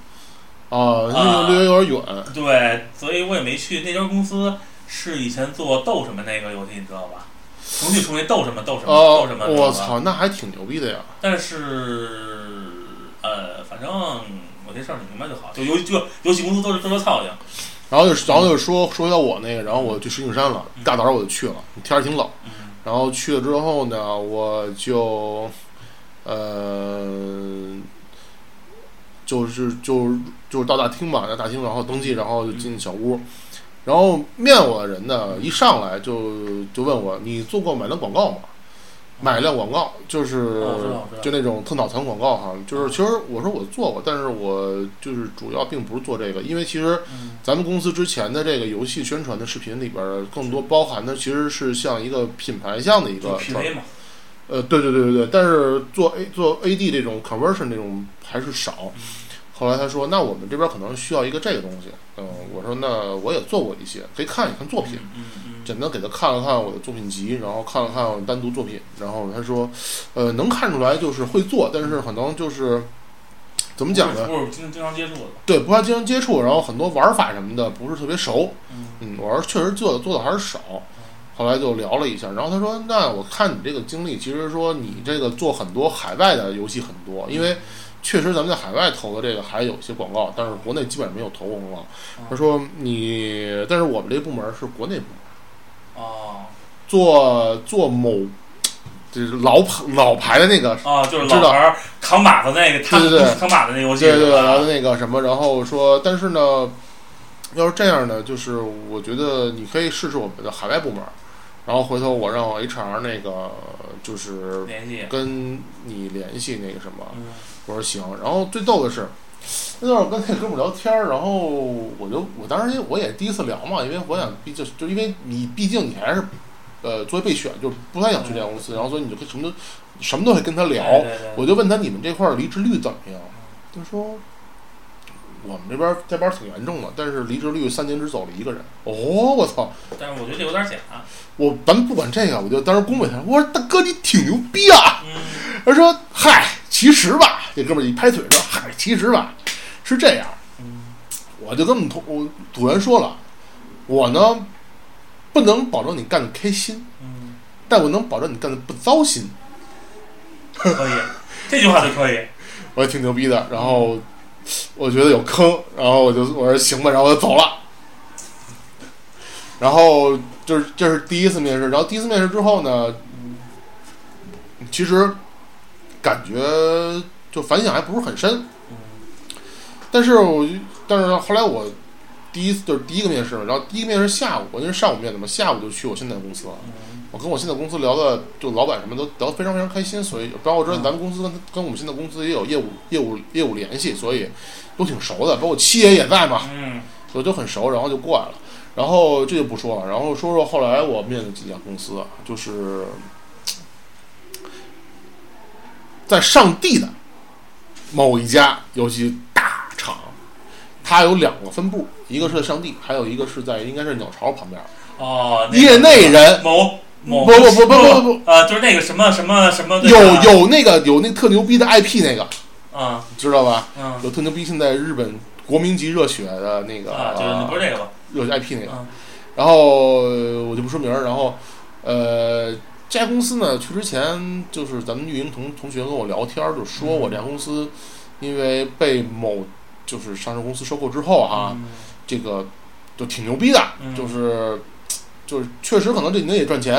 B: 啊，
C: 啊
B: 那略有点远。
C: 对，所以我也没去。那家公司是以前做斗什么那个游戏，你知道吧？重庆出那斗什么斗什么斗
B: 哦
C: 什么，，
B: 我
C: 知道吧
B: 操，那还挺牛逼的呀！
C: 但是呃，反正有些事儿你明白就好，就游就游戏公司都是都是操性。
B: 然后就然后就说说到我那个，然后我去石景山了，大早上我就去了，天儿挺冷。
C: 嗯
B: 然后去了之后呢，我就，呃，就是就是就是到大厅嘛，到大厅然后登记，然后就进小屋，然后面我的人呢，一上来就就问我，你做过买单广告吗？买量广告就是
C: 哦知道我知道
B: 就那种特脑残广告哈，就是其实我说我做过，但是我就是主要并不是做这个，因为其实
C: 嗯
B: 咱们公司之前的这个游戏宣传的视频里边儿，更多包含的其实是像一个品牌项的一
C: 就
B: 个
C: PV 嘛，
B: 呃，对对对对对，但是做 A 做 AD 这种 conversion 这种还是少。
C: 嗯
B: 后来他说，那我们这边可能需要一个这个东西，嗯，我说那我也做过一些，可以看一看作品，
C: 嗯嗯
B: 简单给他看了看我的作品集，然后看了看我单独作品，然后他说，呃，能看出来就是会做，但是可能就是怎么讲呢？
C: 不是经经常接触的，
B: 对，不太经常接触，然后很多玩法什么的不是特别熟，
C: 嗯
B: 嗯，我说确实做的做的还是少。后来就聊了一下，然后他说：“那我看你这个经历，其实说你这个做很多海外的游戏很多，因为确实咱们在海外投的这个还有些广告，但是国内基本上没有投过广告。他说你，但是我们这部门是国内部门，
C: 哦
B: 做做某就是老牌老牌的那个，
C: 哦，就是
B: 知
C: 老
B: 道
C: 牌儿扛把子那个，他
B: 对对对
C: 扛把子那游戏
B: 对对
C: 是
B: 对，然后
C: 吧？
B: 那个什么，然后说，但是呢，要是这样呢，就是我觉得你可以试试我们的海外部门，然后回头我让 HR 那个就是
C: 联系，
B: 跟你联系那个什么，
C: 嗯，
B: 我说行。然后最逗的是，那段我跟那哥们儿聊天儿，然后我就我当时我也第一次聊嘛，因为我想毕竟就因为你毕竟你还是呃作为备选，就是不太想去这家公司，然后所以你就跟什么都什么都会跟他聊。
C: 对对对，
B: 我就问他你们这块儿离职率怎么样？他说我们这边儿这边儿挺严重的，但是离职率三年只走了一个人。哦，我操！
C: 但是我觉得这有点假，
B: 我咱们不管这个，我就当时恭维他，我说大哥你挺牛逼啊！
C: 嗯，
B: 他说嗨，其实吧，这哥们儿一拍腿说嗨，其实吧是这样，
C: 嗯
B: 我就跟我们同我组员说了，我呢不能保证你干的开心，
C: 嗯，
B: 但我能保证你干的不糟心。
C: 可以，这句话就可以，
B: 我也挺牛逼的。然后我觉得有坑，然后我就我说行吧，然后我就走了。然后就是这是第一次面试，然后第一次面试之后呢，其实感觉就反响还不是很深，
C: 嗯
B: 但是我就但是后来我第一次就是第一个面试嘛，然后第一个面试下午，我那是上午面的嘛，下午就去我现在公司了。
C: 嗯
B: 我跟我现在公司聊的，就老板什么都聊得非常非常开心，所以包括知道咱们公司跟跟我们现在公司也有业务业务业务联系，所以都挺熟的。包括七爷也在嘛，
C: 嗯
B: 所以都很熟，然后就过来了。然后这就不说了，然后说说后来我面的几家公司，啊就是在上地的某一家游戏大厂，它有两个分部，一个是在上地，还有一个是在应该是鸟巢旁边，
C: 哦，那个
B: 业内人。
C: 某某
B: 不不不不不不，
C: 啊，就是那个什么什么什么的
B: 有有那个有那特牛逼的 IP 那个，
C: 啊
B: 知道吧？
C: 嗯
B: 有特牛逼现在日本国民级热血的那个、
C: 啊，就是不是这个吧？
B: 热血 IP 那个，
C: 嗯
B: 然后呃我就不说名儿，然后呃。这家公司呢，去之前就是咱们运营同同学跟我聊天儿，就说
C: 嗯
B: 我这家公司因为被某就是上市公司收购之后哈、
C: 嗯
B: 这个就挺牛逼的，
C: 嗯
B: 啊就是就是确实可能这几年也赚钱，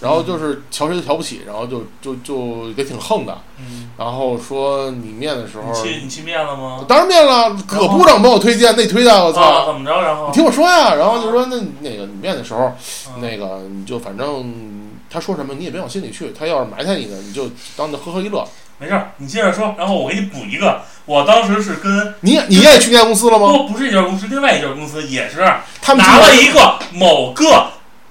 B: 然
C: 嗯
B: 后就是瞧谁都瞧不起，然后就就就也挺横的，
C: 嗯，
B: 然后说你面的时候
C: 你，去你去面了吗？
B: 当然面了，可部长帮我推荐内推的，我
C: 啊，
B: 操！
C: 怎么着？然后
B: 你听我说呀，然后就说那那个你面的时候，
C: 嗯
B: 那个你就反正嗯他说什么你也别往心里去，他要是埋汰你呢，你就当你呵呵一乐。
C: 没事儿，你接着说，然后我给你补一个。我当时是跟
B: 你也你也去那家公司了吗？
C: 不不是一家公司，另外一家公司也是
B: 他们
C: 拿
B: 进
C: 了
B: 来
C: 一个某个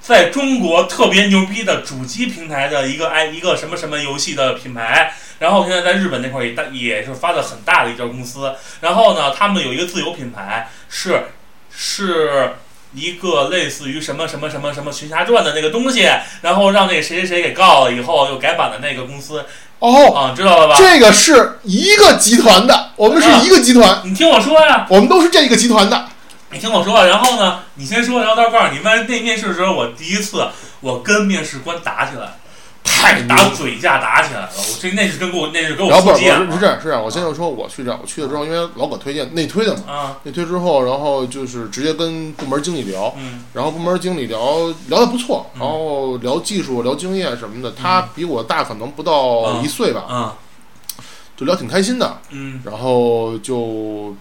C: 在中国特别牛逼的主机平台的一个哎一个什么什么游戏的品牌，然后现在在日本那块儿也大也是发的很大的一家公司。然后呢，他们有一个自有品牌是是。一个类似于什么什么什么什么《群侠传》的那个东西，然后让那个谁谁谁给告了以后又改版的那个公司
B: 哦，
C: 啊，你啊知道了吧？
B: 这个是一个集团的，我们是一个集团，
C: 你听我说呀、
B: 我们都是这个集团的。
C: 你听我说，然后呢，你先说，然后到时候告诉你。万一那面试的时候，我第一次我跟面试官打起来，
B: 太牛
C: 打嘴架打起来了，我这那是跟给我那是跟
B: 然
C: 我啊
B: 后不
C: 出
B: 是，
C: 街
B: 我是这样，是这样。我先就说我去这儿，我去了之后，因为老葛推荐内推的嘛，
C: 啊，
B: 内推之后，然后就是直接跟部门经理聊，
C: 嗯
B: 然后部门经理聊聊的不错，
C: 嗯
B: 然后聊技术、聊经验什么的。他比我大可能不到
C: 嗯
B: 一岁吧，
C: 啊
B: 就聊挺开心的。
C: 嗯
B: 然后就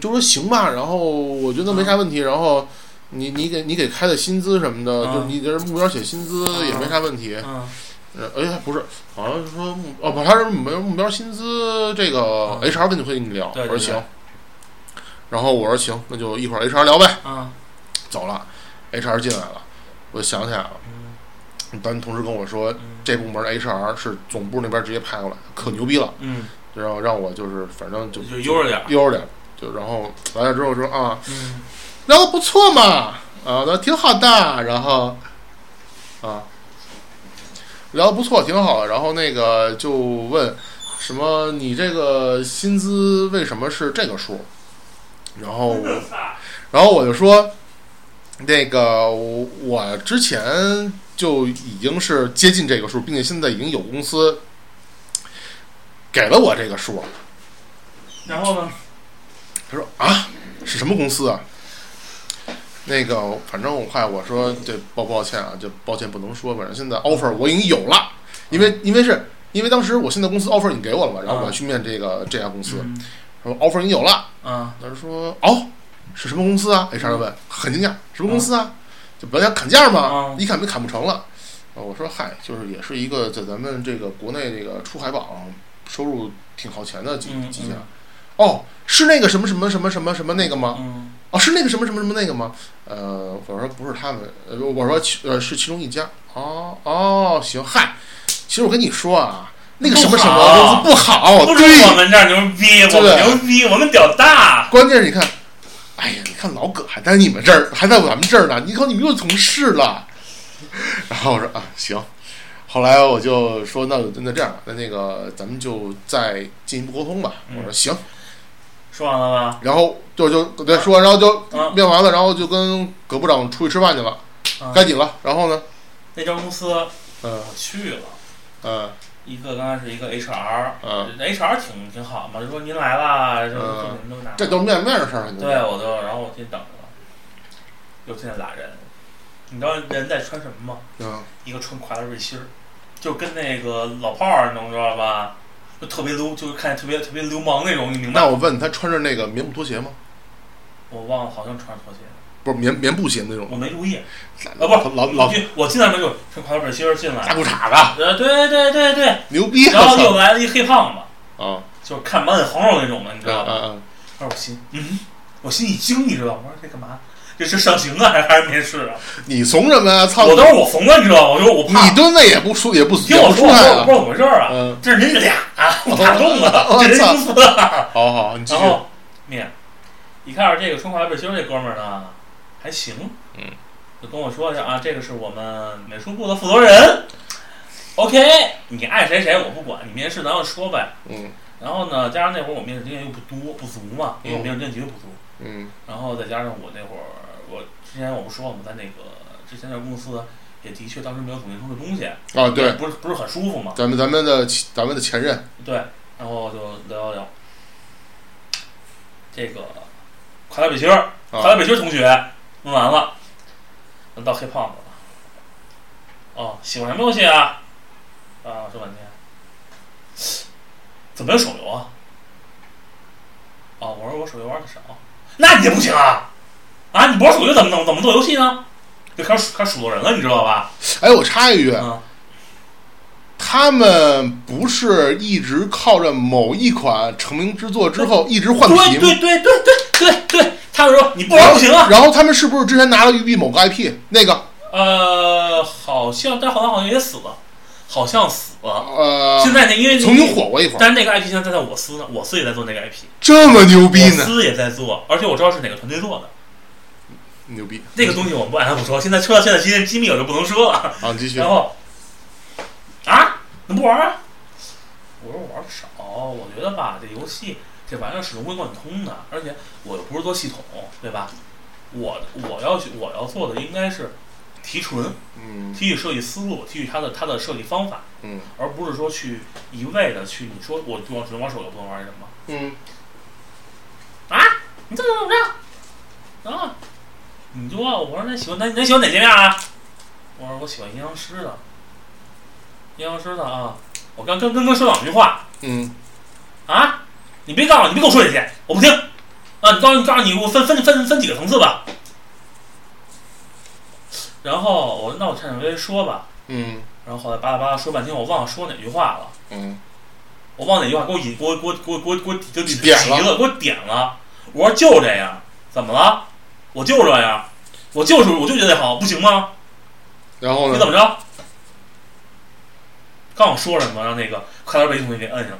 B: 就说行吧，然后我觉得没啥问题。
C: 啊
B: 然后你你给你给开的薪资什么的，
C: 嗯
B: 就是你这目标写薪资也没啥问题。
C: 嗯
B: 呃，哎，不是，好像是说目哦不，他是目标目标薪资这个
C: 嗯
B: HR 跟你会跟你聊，
C: 对
B: 我说
C: 对对
B: 行，然后我说行，那就一会儿 HR 聊呗，
C: 啊
B: 走了，HR 进来了，我就想起来了，
C: 嗯
B: 咱同事跟我说
C: 嗯
B: 这部门 HR 是总部那边直接派过来，可牛逼了，
C: 嗯，
B: 然后让我就是反正就
C: 就悠着点儿，
B: 悠着点儿，就然后来了之后说啊，
C: 嗯
B: 聊的不错嘛，啊，聊得挺好的，然后啊，聊的不错，挺好的。然后那个就问什么，你这个薪资为什么是这个数？然后我，然后我就说，那个我我之前就已经是接近这个数，并且现在已经有公司给了我这个数，
C: 然后呢，
B: 他说啊，是什么公司啊？那个，反正我快我说对，抱抱歉啊，就抱歉不能说，反正现在 offer 我已经有了，因为因为是因为当时我现在公司 offer 已经给我了嘛，然后我要去面这个这家公司，
C: 嗯
B: 他说 offer 已经有了，
C: 啊
B: 他说哦，是什么公司啊？HR 问，很惊讶，什么公司啊？就本来想砍价嘛
C: 啊，
B: 一砍没砍不成了。然后我说嗨，就是也是一个在咱们这个国内这个出海榜收入挺靠前的几
C: 嗯
B: 几家。哦，是那个什么什么什么什么什么那个吗？
C: 嗯
B: 哦，是那个什么什么什么那个吗？呃，我说不是他们，呃，我说其呃是其中一家。哦哦，行，嗨，其实我跟你说啊，那个什么什
C: 不好
B: 么公司不好，
C: 不
B: 哦对
C: 是我们这儿牛逼，我们
B: 对
C: 牛逼，我们屌大，
B: 关键是你看，哎呀，你看老葛还在你们这儿，还在我们这儿呢，你看你们又同事了。然后我说啊，行。后来我就说，那那这样吧，那那个咱们就再进一步沟通吧。
C: 嗯
B: 我说行，
C: 说完了吧？
B: 然后就就对说完，然后就
C: 啊，
B: 面完了，然后就跟葛部长出去吃饭去了，
C: 啊
B: 该你了。然后呢，
C: 那家公司我
B: 嗯
C: 去了，
B: 嗯
C: 一个刚开始一个 HR。
B: 嗯，
C: HR 挺挺好嘛，就说您来啦，就
B: 嗯
C: 做什么都拿。
B: 这都是面面的事儿，你知道
C: 对，
B: 吗
C: 我就然后我进去等着，又进来俩人，你知道人在穿什么吗？
B: 嗯
C: 一个穿垮了背心儿，就跟那个老炮儿，你能知道吧？就特别流，就是看着特别特别流氓那种，你明白
B: 那
C: 吗？
B: 我问他穿着那个棉布拖鞋吗？
C: 我忘了，好像穿着拖鞋，
B: 不是棉棉布鞋那种，
C: 我没注意。
B: 老
C: 啊，呃不是
B: 老老
C: 进我进来没就穿垮了背心儿进
B: 大
C: 来，
B: 裤衩子，
C: 呃，对对对对，
B: 牛逼！
C: 然
B: 我
C: 后
B: 操
C: 又来了一黑胖子，
B: 啊
C: 就是看满脸黄肉那种的，你知
B: 啊
C: 道
B: 啊
C: 吧？！
B: 啊
C: 然后我心，嗯，我心一惊，你知道吗？我说这干嘛？这是上刑啊，还是还是面试啊？
B: 你怂什么呀？操！
C: 我当时我疯了，你知道吗？我说我怕，
B: 你蹲位也不出也不
C: 听
B: 也
C: 我
B: 不出
C: 说，我
B: 来
C: 说我
B: 啊
C: 不知！道怎么回事儿啊，
B: 嗯，
C: 这是人家俩啊，我打中了，
B: 我
C: 这人
B: 操
C: 公司啊。
B: 好好，你继
C: 然
B: 续。
C: 后面，你看着这个穿垮背心儿这哥们儿呢，还行，
B: 嗯，
C: 就跟我说一下啊，这个是我们美术部的负责人，OK，你爱谁谁我不管，你面试咱就说呗。
B: 嗯
C: 然后呢，加上那会儿我面试经验又不多不足嘛，
B: 哦
C: 因为我面试经验绝对不足。
B: 嗯
C: 然后再加上我那会儿，我之前我不说我们在那个之前那公司也的确当时没有总结出的东西，
B: 啊，对，
C: 不是不是很舒服嘛，
B: 咱们咱们的前咱们的前任，
C: 对，然后就聊一聊这个夸大北心儿，
B: 啊
C: 夸大北心儿同学问完了，轮到黑胖子了。哦，喜欢什么游戏啊？啊，说半天，怎么有手游啊？哦，我说我手游玩的少，那你也不行啊！啊，你不玩手游怎么怎么怎么做游戏呢？就开始数开始数落人了，你知道吧？
B: 哎，我插一句，
C: 嗯，
B: 他们不是一直靠着某一款成名之作之后一直换
C: 对
B: 皮吗
C: 对？对对对对对，他们说你不玩不 行啊！
B: 然后他们是不是之前拿了育碧某个 IP 那个
C: 呃，好像，但后来好像也死了，好像死了。
B: 呃，
C: 现在那因为那
B: 曾经，火过一会儿，
C: 但是那个 IP 现在在我司呢，我司也在做那个 IP，
B: 这么牛逼
C: 我
B: 呢？
C: 司也在做，而且我知道是哪个团队做的。
B: 牛逼！
C: 那个东西我不按他不说，现在说到现在今天机密我就不能说了。
B: 啊，继 续
C: 然后啊，能不玩啊？我说我玩的少，我觉得吧，这游戏这玩意儿始终会贯通的，而且我又不是做系统，对吧？我我要去我要做的应该是提纯，
B: 嗯
C: 提取设计思路，提取它的它的设计方法，
B: 嗯
C: 而不是说去一味的去你说我就只能玩手游，不能玩那什么，
B: 嗯
C: 你这怎么着？啊，你就啊，我说那喜欢那那喜欢哪些面啊？我说我喜欢阴阳师的，阴阳师的啊，我刚跟跟跟说两句话
B: 嗯，
C: 啊，你别告诉我，你别跟我说这些，我不听。啊，你告诉你告诉你，我分分分分几个层次吧。然后我说那我颤颤巍巍说吧，
B: 嗯
C: 然后后来巴拉巴拉说半天，我忘了说哪句话了。
B: 嗯
C: 我忘哪句话给我引给我给我给我给我给我就就
B: 点了
C: 急了，给我点了。我说就这样，怎么了？我就这样，我就是我就觉得好，不行吗？
B: 然后
C: 你
B: 呢
C: 怎？么着？刚我说什么，让那个快点被同学给摁上。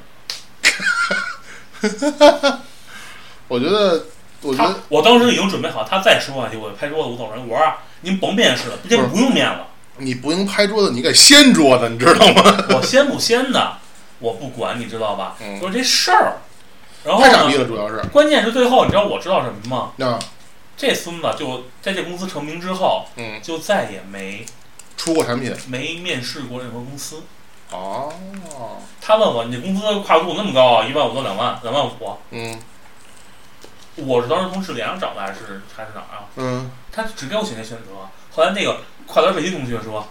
B: 我觉得，我觉
C: 他
B: 得，
C: 我当时已经准备好，他再说下去，我就拍桌子，我走人。我说啊您甭面试了，这
B: 不是
C: 不用面了，
B: 你不用拍桌子，你给掀桌子，你知道吗？
C: 我先不先的，我不管，你知道吧？
B: 嗯
C: 就是这事儿。然后
B: 太傻逼
C: 呢，
B: 了，主要是。
C: 关键是最后，你知道我知道什么吗？
B: 那
C: 这孙子就在这公司成名之后，
B: 嗯，
C: 就再也没
B: 出过产品
C: 没面试过任何公司。
B: 哦，
C: 他问我你工资跨度那么高啊，一万五到两万，两万五，啊
B: 嗯
C: 我是当时从智联上找的还是还是哪儿啊？
B: 嗯，
C: 他只给我钱的选择。后来那个快乐飞机同学说，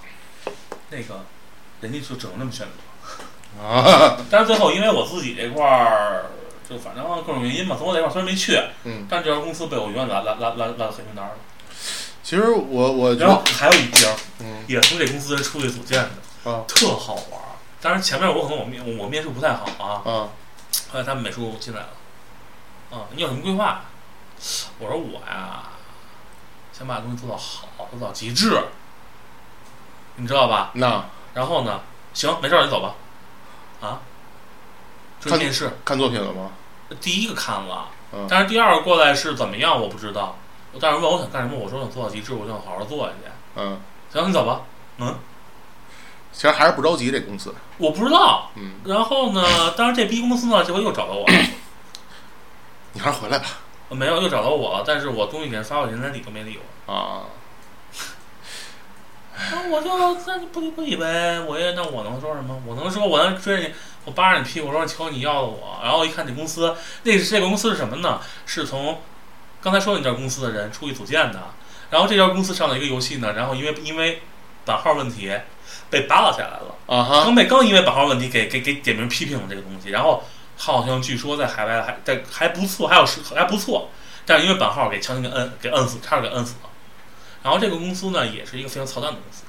C: 那个人家就只能那么选择。
B: 啊，
C: 但是最后因为我自己这块儿，就反正各种原因吧，从我这块儿虽然没去，
B: 嗯，
C: 但这家公司被我永远拉拉拉拉拉到黑名单了。
B: 其实我我觉
C: 然后
B: 得，
C: 还有一家
B: 嗯
C: 也从这公司出去组建的，
B: 啊
C: 特好玩儿。当然前面我可能我面我面试不太好啊，
B: 啊，
C: 后来他们美术进来了，啊，你有什么规划？我说我呀，想把东西做到好，做到极致，你知道吧？
B: 那
C: 然后呢，行，没事儿，你走吧。啊，这是
B: 看
C: 面试，
B: 看作品了吗？
C: 第一个看了
B: 嗯，
C: 但是第二个过来是怎么样我不知道。我但是问我想干什么，我说想做到极致，我想好好做下去。
B: 嗯，
C: 行，你走吧。
B: 其实还是不着急，这公司，
C: 我不知道。
B: 嗯，
C: 然后呢，当然这逼公司呢，结果又找到我了，
B: 你还是回来吧，
C: 没有又找到我了，但是我东西给人发过去，人家理都没理我。
B: 啊，
C: 那我就那就不理不理呗，我也那我能说什么？我能说我能追你，我扒着你屁股说求你要了我，然后一看这公司，那这个公司是什么呢？是从刚才说的那家公司的人出去组建的，然后这家公司上了一个游戏呢，然后因为因为版号问题被扒拉下来了，
B: 啊哈，
C: 刚被刚因为版号问题给给给点名批评了这个东西，然后好像据说在海外还在还不错，还有是还不错，但是因为版号给强行给摁给摁死，差点给摁死了。然后这个公司呢，也是一个非常操蛋的公司。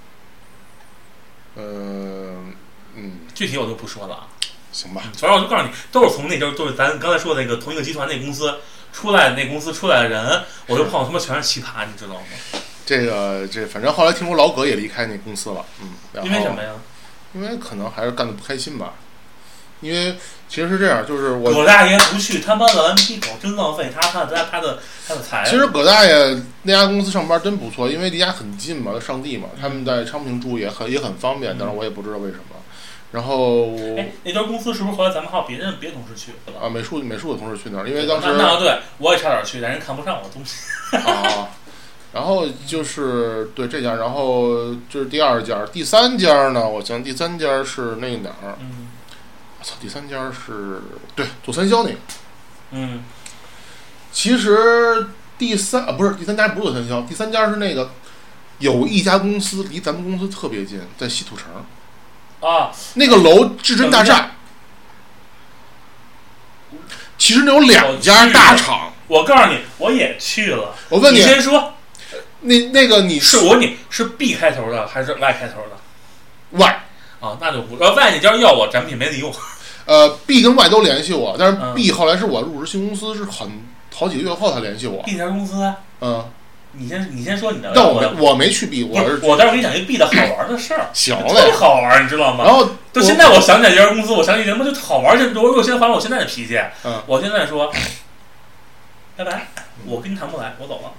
B: 嗯嗯，
C: 具体我就不说了啊。
B: 行吧，
C: 反正我就告诉你，都是从那家，都是咱刚才说的那个同一个集团那公司出来的那公司出来的人，我就碰他妈全是奇葩，你知道吗？
B: 这个这反正后来听说老葛也离开那公司了，嗯，然后
C: 因为什么呀？
B: 因为可能还是干的不开心吧，因为其实是这样，就是我
C: 葛大爷不去，他妈的 M P 狗真浪费他他他他的他的财。
B: 其实葛大爷那家公司上班真不错，因为离家很近嘛，上地嘛，他们在昌平住也很也很方便，
C: 嗯
B: 但是我也不知道为什么。然后
C: 哎，那家公司是不是后来咱们还有别人别的同事去对吧？
B: 啊，美术美术的同事去那儿，因为当时
C: 那那对，我也差点去，但人看不上我东西。
B: 啊，然后就是对这家，然后这是第二家，第三家呢，我想第三家是那哪儿？
C: 嗯
B: 我操，第三家是对左三霄那个。
C: 嗯
B: 其实第三啊不是第三家不是左三霄，第三家是那个有一家公司离咱们公司特别近，在西土城。
C: 啊，
B: 那个楼至臻大厦，其实那有两家大厂。
C: 我告诉你，我也去了。
B: 我问
C: 你
B: 你，
C: 先说，
B: 那那个你
C: 是我你是 B 开头的还是 Y 开头的？
B: Y
C: 啊，那就不呃外那家要我展品没得用。
B: 呃 B 跟 Y 都联系我，但是
C: 嗯
B: B 后来是我入职新公司是很好几个月后才联系我。
C: B 条公司，
B: 嗯，
C: 你先你先说你的。
B: 但我
C: 呃我
B: 没我没去 B，
C: 不
B: 我
C: 是
B: 是
C: 我待会儿给你讲一 B 的好玩的事儿，
B: 行
C: 特 别
B: 嘞。
C: 好玩，你知道吗？
B: 然后
C: 就现在我想起来这家公司，我想起什么就好玩，就我我现在还我现在的脾气，
B: 嗯
C: 我现在说，拜拜，我跟你谈不来，我走了。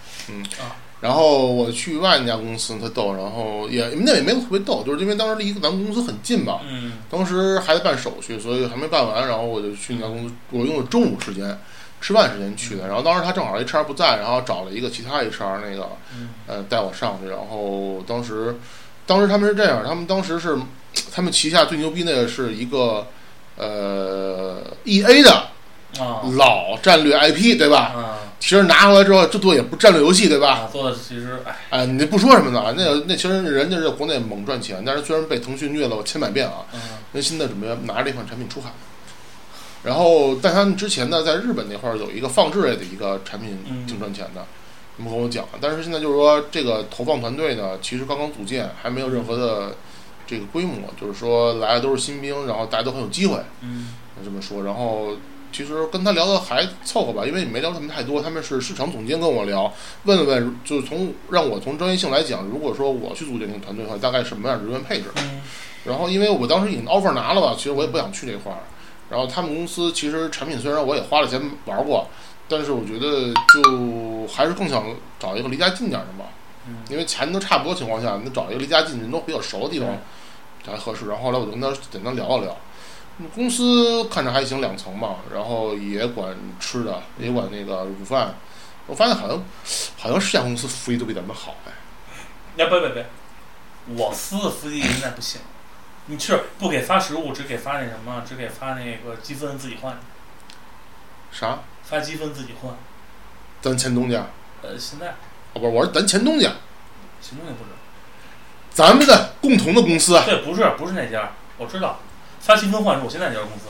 B: 然后我去 Y 那家公司，他逗，然后也那也没有特别逗，就是因为当时离咱们公司很近嘛，
C: 嗯
B: 当时还在办手续，所以还没办完，然后我就去那家公司，我用的中午时间，吃饭时间去的。然后当时他正好 HR 不在，然后找了一个其他 HR 那个
C: 嗯
B: 呃带我上去。然后当时，当时他们是这样，他们当时是他们旗下最牛逼那个是一个呃 EA 的
C: 啊
B: 老战略 IP，对吧？
C: 啊
B: 其实拿回来之后，这多也不战略游戏，对
C: 啊，
B: 吧？
C: 做的其实哎，
B: 哎，你不说什么呢？那个那其实人家是国内猛赚钱，但是虽然被腾讯虐了我千百遍啊，
C: 嗯
B: 那现在准备拿着这款产品出海。然后，但他们之前呢，在日本那块儿有一个放置类的一个产品
C: 嗯
B: 挺赚钱的，他们跟我讲。但是现在就是说，这个投放团队呢，其实刚刚组建，还没有任何的这个规模，就是说来的都是新兵，然后大家都很有机会，
C: 嗯
B: 这么说。然后其实跟他聊的还凑合吧，因为也没聊什么太多。他们是市场总监跟我聊，问了问，就是从让我从专业性来讲，如果说我去组建这个团队的话，大概什么样的人员配置？
C: 嗯
B: 然后因为我当时已经 offer 拿了吧，其实我也不想去这块儿。然后他们公司其实产品虽然我也花了钱玩过，但是我觉得就还是更想找一个离家近点儿的吧，
C: 嗯
B: 因为钱都差不多情况下，那找一个离家近、人都比较熟的地方才合适。然后后来我就跟他简单聊了聊，嗯公司看着还行，两层嘛，然后也管吃的，也管那个午饭。我发现好像好像是家公司福利都比咱们好哎。
C: 要不不不，我司的福利应该不行，你是不给发实物，只给发那什么，只给发那个积分自己换，
B: 啥？
C: 发积分自己换。
B: 咱前东家？哦，
C: 呃，现在
B: 不是，我说咱前东家，
C: 行动也不止，
B: 咱们的共同的公司。 啊
C: 对，不是不是那家，我知道，发积分换是我现在这家公司。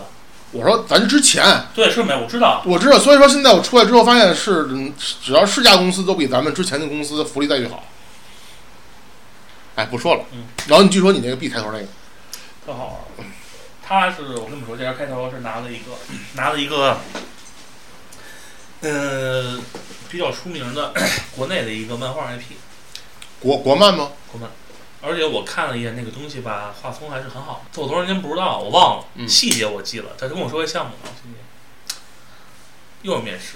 B: 我说咱之前
C: 对，是美，我知道，
B: 我知道，所以说现在我出来之后发现是，嗯只要是家公司都比咱们之前的公司的福利待遇好。哎，不说了。
C: 嗯
B: 然后你据说你那个 B 开头那个，
C: 特好玩儿。他是我跟你们说，这家开头是拿了一个 拿了一个，呃，比较出名的 国内的一个漫画 IP，
B: 国国漫吗？
C: 而且我看了一眼那个东西吧，画风还是很好的。做多长时间不知道，我忘了，
B: 嗯
C: 细节我记了。他跟我说个项目，我今天又是面试，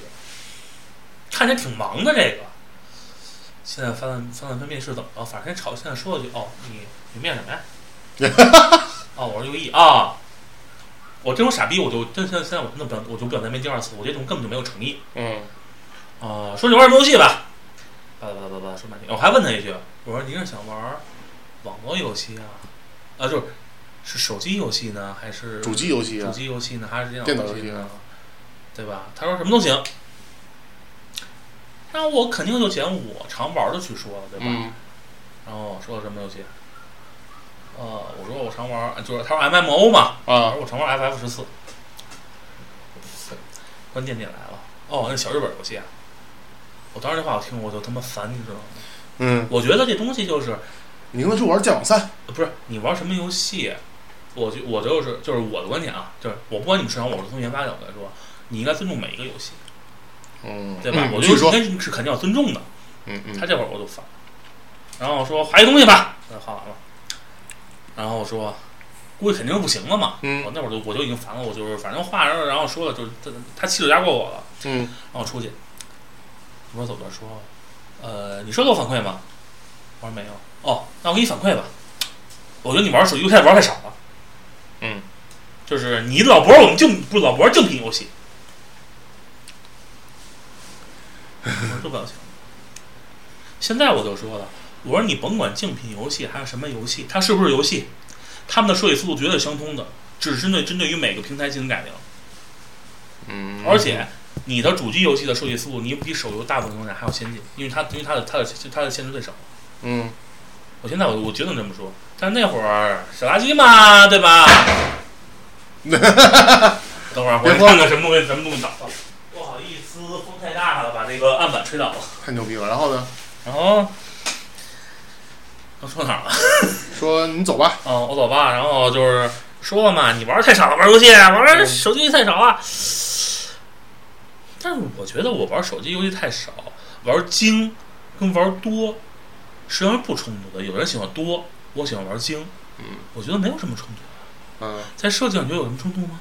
C: 看起来挺忙的这个。现在翻翻翻翻面试怎么了？反正吵，现在说了句哦，你你面什么呀？ 哦，我说右翼啊。我这种傻逼，我就真现在现在我真的不想，我就不想再面第二次。我觉得这种根本就没有诚意。
B: 嗯，
C: 啊、说你玩什么游戏吧？呃巴拉巴拉巴拉说半天，我还问他一句，我说你是想玩网络游戏啊？啊，就是是手机游戏呢，还是
B: 主机游戏
C: 手
B: 啊，
C: 机游戏呢，还是电
B: 电
C: 脑
B: 脑
C: 游
B: 游戏
C: 呢
B: 啊？
C: 对吧？他说什么都行。那我肯定就捡我常玩的去说了，对吧？
B: 嗯，
C: 然后说什么游戏？啊呃，我说我常玩，就是他说 M M O 嘛，我
B: 啊，
C: 说我常玩 FF 十四。关键点来了，哦，那小日本游戏啊！我当时这话我听我就他妈烦，你知道吗？
B: 嗯，
C: 我觉得这东西就是呃
B: 你跟他说我是剑网三，
C: 不是你玩什么游戏，我就我就是就是我的观点啊，就是我不管你们市场，我是从研发角度来说，你应该尊重每一个游戏，
B: 嗯，
C: 对吧？
B: 嗯
C: 我觉
B: 据
C: 得应
B: 说，
C: 该是是肯定要尊重的。
B: 嗯
C: 他
B: 嗯，
C: 这会儿我就烦了，然后我说画一东西吧，那画完了，然后我说估计肯定不行了嘛，我
B: 嗯
C: 哦那会儿就我就已经烦了，我就是反正话，然后然后说了，就是他他气势压过我了，
B: 嗯，
C: 然后我出去，我说走边说，呃，你收到我反馈吗？我说没有，哦，那我给你反馈吧。我觉得你玩手机游戏玩太少了，
B: 嗯，
C: 就是你老不玩我们竞不是老不玩竞品游戏，我说这不要钱。现在我就说了，我说你甭管竞品游戏还是什么游戏，它是不是游戏，他们的设计思路绝对相通的，只是针对针对于每个平台进行改良。
B: 嗯，
C: 而且你的主机游戏的设计思路，你比手游大部分生产还要先进，因为它因为它的它的它的限制最少。
B: 嗯，
C: 我现在我我绝对这么说，但是那会儿傻垃圾嘛，对吧？等会儿我
B: 别
C: 看看什么东西什么东西倒了。不好意思，风太大了，把那个案板吹倒了。
B: 太牛逼了。然后呢，
C: 然后刚说哪儿了？
B: 说你走吧，
C: 嗯，我走吧。然后就是说了嘛，你玩儿太少了，玩儿游戏，啊玩儿
B: 嗯
C: 手机游戏太少了。但是我觉得我玩儿手机游戏太少，玩儿精跟玩儿多实际上是不冲突的。有人喜欢多，我喜欢玩儿精，
B: 嗯，
C: 我觉得没有什么冲突。
B: 嗯
C: 在设计上，你觉得有什么冲突吗？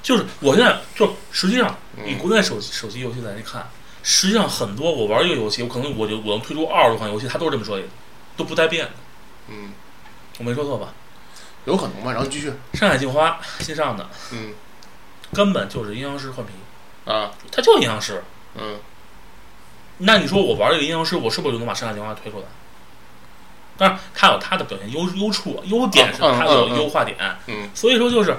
C: 就是我现在就实际上以
B: 嗯
C: 国内手机手机游戏来看，实际上很多我玩儿一个游戏，我可能我就我能推出二十款游戏，它都是这么设计的，都不带变的。
B: 嗯，
C: 我没说错吧？
B: 有可能吧。然后继续，
C: 《山海镜花》新上的，
B: 嗯
C: 根本就是阴阳师换皮，
B: 啊，
C: 它就是阴阳师。
B: 嗯
C: 那你说我玩这个阴阳师，我是不是就能把《山海镜花》推出来？当然，它有它的表现优优处、啊优点是
B: 嗯
C: 它
B: 嗯
C: 有
B: 嗯
C: 优化点，
B: 嗯
C: 所以说就是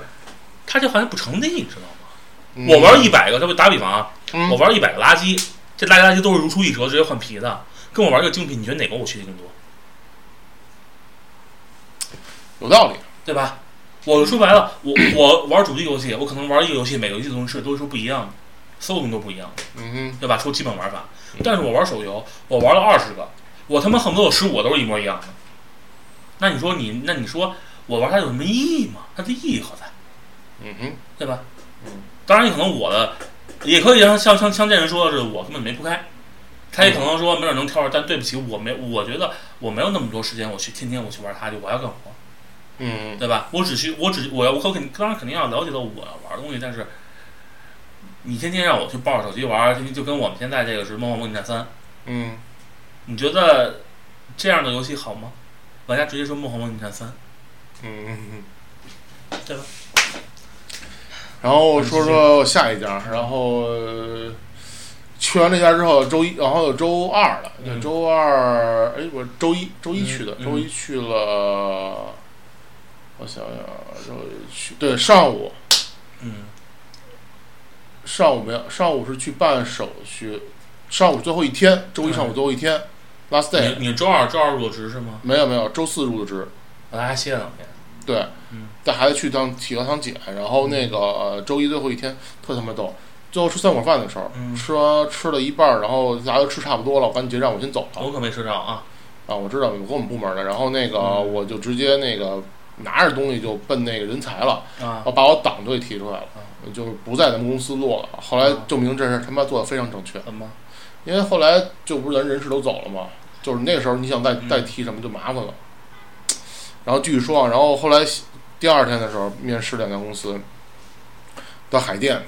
C: 它这好像不成立，你知道吗？
B: 嗯，
C: 我玩一百个，这不打比方啊，
B: 嗯，
C: 我玩一百个垃圾，这垃圾垃圾都是如出一辙，直接换皮的。跟我玩这个精品，你觉得哪个我学的更多？
B: 有道理，
C: 对吧？我说白了，我我玩主机游戏，我可能玩一个游戏，每个游戏的东西都是不一样的，所有东西都不一样。
B: 嗯
C: 对吧？出基本玩法
B: 嗯。
C: 但是我玩手游，我玩了二十个，我他妈恨不得有十五个都是一模一样的。那你说你，那你说我玩它有什么意义吗？它的意义何在？
B: 哼，嗯哼，
C: 对吧？
B: 嗯。
C: 当然，可能我的也可以像像像像这人说的是，我根本没铺开。他也可能说没准能跳出来，但对不起，我没，我觉得我没有那么多时间，我去天天我去玩它去，我要干活，
B: 嗯
C: 对吧？我只需我只我要我可肯当然肯定要了解到我要玩的东西，但是你天天让我去抱着手机玩，天天就跟我们现在这个是《梦幻梦境战三》，
B: 嗯，
C: 你觉得这样的游戏好吗？玩家直接说《梦幻梦境战三》，
B: 嗯，
C: 对吧？
B: 然后说说下一家，然后呃去完这家之后，周一，然后有周二了，
C: 嗯
B: 周二，哎，我周一周一去的，
C: 嗯
B: 周一去了我想想啊，然后去对上午
C: 嗯，
B: 上午没有，上午是去办手续，上午最后一天，周一
C: 嗯
B: 上午最后一天、l a s t day，
C: 你你周二周二入的职是吗？
B: 没有没有，周四入的职，
C: 我还歇两天。
B: 对
C: 嗯，
B: 带孩子去趟体育堂检，然后那个、呃周一最后一天特他妈逗，最后吃散伙饭的时候，
C: 嗯
B: 吃完吃了一半儿，然后大家都吃差不多了，我赶紧结账，我先走了。
C: 我可没吃着啊。
B: 啊，我知道，我跟我们部门的，然后那个、
C: 嗯
B: 我就直接那个拿着东西就奔那个人才了，
C: 啊
B: 然后把我党队提出来了
C: 啊，
B: 就是不在咱们公司落了。后来
C: 啊
B: 证明这事儿他妈做的非常正确，
C: 怎么？
B: 因为后来就不是咱人事都走了嘛，就是那时候你想再
C: 嗯
B: 再提什么就麻烦了。然后继续说啊，然后后来第二天的时候面试两家公司，到海淀，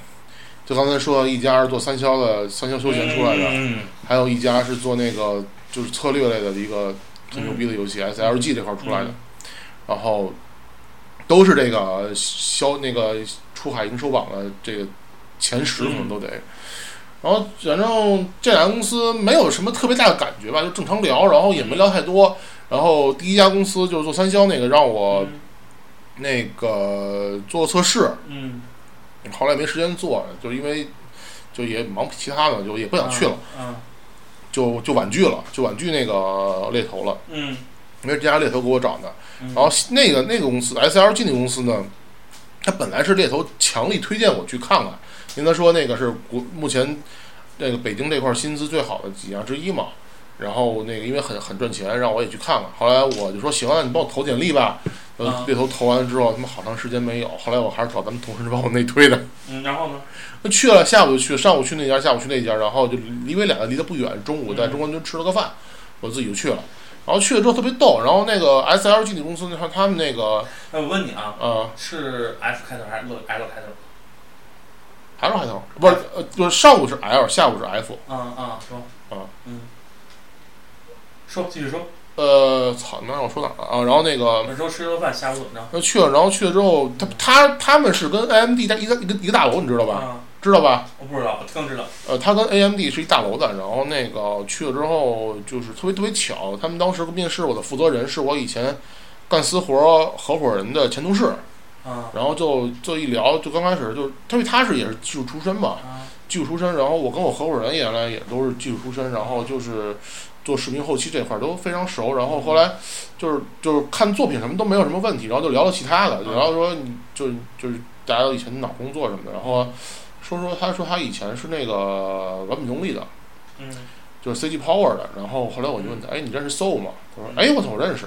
B: 就刚才说一家是做三销的，三销休闲出来的，
C: 嗯
B: 还有一家是做那个就是策略类的一个很牛逼的游戏、SLG
C: 嗯
B: 这块儿出来的，然后都是这个销那个出海营收榜的这个前十可能都得。然后反正这两家公司没有什么特别大的感觉吧，就正常聊，然后也没聊太多。然后第一家公司就是做三销那个，让我那个做测试，
C: 嗯，
B: 后来没时间做，就因为就也忙其他的，就也不
C: 不
B: 想去了。。
C: 啊
B: 就就婉拒了，就婉拒那个猎头了，
C: 嗯，
B: 因为这家猎头给我找的。
C: 嗯
B: 然后那个那个公司 SLG 那个公司呢，他本来是猎头强力推荐我去看看，因为他说那个是国目前那个北京这块薪资最好的几家之一嘛。然后那个因为很很赚钱，让我也去看看。后来我就说行啊，你帮我投简历吧。
C: 啊
B: 呃，猎头投完之后，他们好长时间没有。后来我还是找咱们同事帮我内推的。
C: 嗯，然后呢？
B: 那去了，下午就去，上午去那家，下午去那家，然后就离因为两个离得不远，中午在
C: 嗯
B: 中关村吃了个饭，我自己就去了。然后去了之后特别逗，然后那个 SLG 那公司，他他们那个
C: 哎，我问你啊，
B: 呃
C: 是 F 开头还是 L 开头？
B: L 还头不是呃就是上午是 L，下午是 F，
C: 嗯嗯，说。
B: 啊
C: 嗯。说，继续说。
B: 呃操，那我说哪儿了啊？然后那个
C: 我说吃了饭，下午怎么着？
B: 那去了，然后去了之后，他他他们是跟 AMD 在一个一个一个大楼，你知道吧？
C: 啊，
B: 知道吧？
C: 我不知道，我更知道。
B: 呃，他跟 AMD 是一大楼的，然后那个去了之后就是特别特别巧，他们当时面试我的负责人是我以前干私活合伙人的前同事，
C: 啊
B: 然后就就一聊，就刚开始就因为他是也是技术出身嘛，
C: 啊
B: 技术出身，然后我跟我合伙人原来也都是技术出身，然后就是做视频后期这块儿都非常熟，然后后来就是就是看作品什么都没有什么问题，然后就聊到其他的，
C: 嗯
B: 然后说你就是就是大家以前脑工作什么的，然后说说他说他以前是那个完美动力的，
C: 嗯
B: 就是 CG Power 的，然后后来我就问他，哎，你认识 Soul 吗？他说，哎，我操，我认识，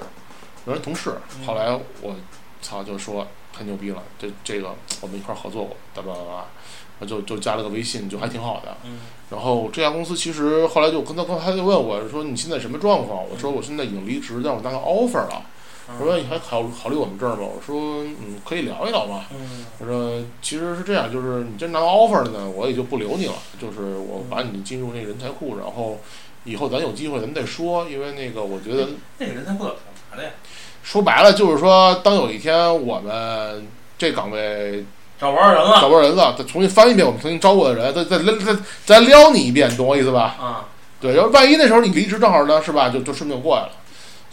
B: 有人同事。
C: 嗯
B: 后来我操就说太牛逼了，这这个我们一块儿合作过，叭叭叭叭，我就就加了个微信，就还挺好的。
C: 嗯
B: 然后这家公司其实后来就跟他跟他就问我说你现在什么状况？我说我现在已经离职，但我拿到 offer 了。
C: 啊
B: 他说你还考考虑我们这儿吗？我说嗯，可以聊一聊嘛。
C: 嗯
B: 我说其实是这样，就是你真拿到 offer 了呢，我也就不留你了，就是我把你进入那人才库，然后以后咱有机会咱们再说，因为那个我觉得
C: 那个人才不老干嘛的呀？
B: 说白了就是说，当有一天我们这岗位
C: 找不着人了
B: 找不着人了，再重新翻一遍我们曾经招过的人，再再再再再撩你一遍，懂我意思吧？
C: 啊！
B: 对，要是万一那时候你离职正好呢，是吧？就就顺便过来了。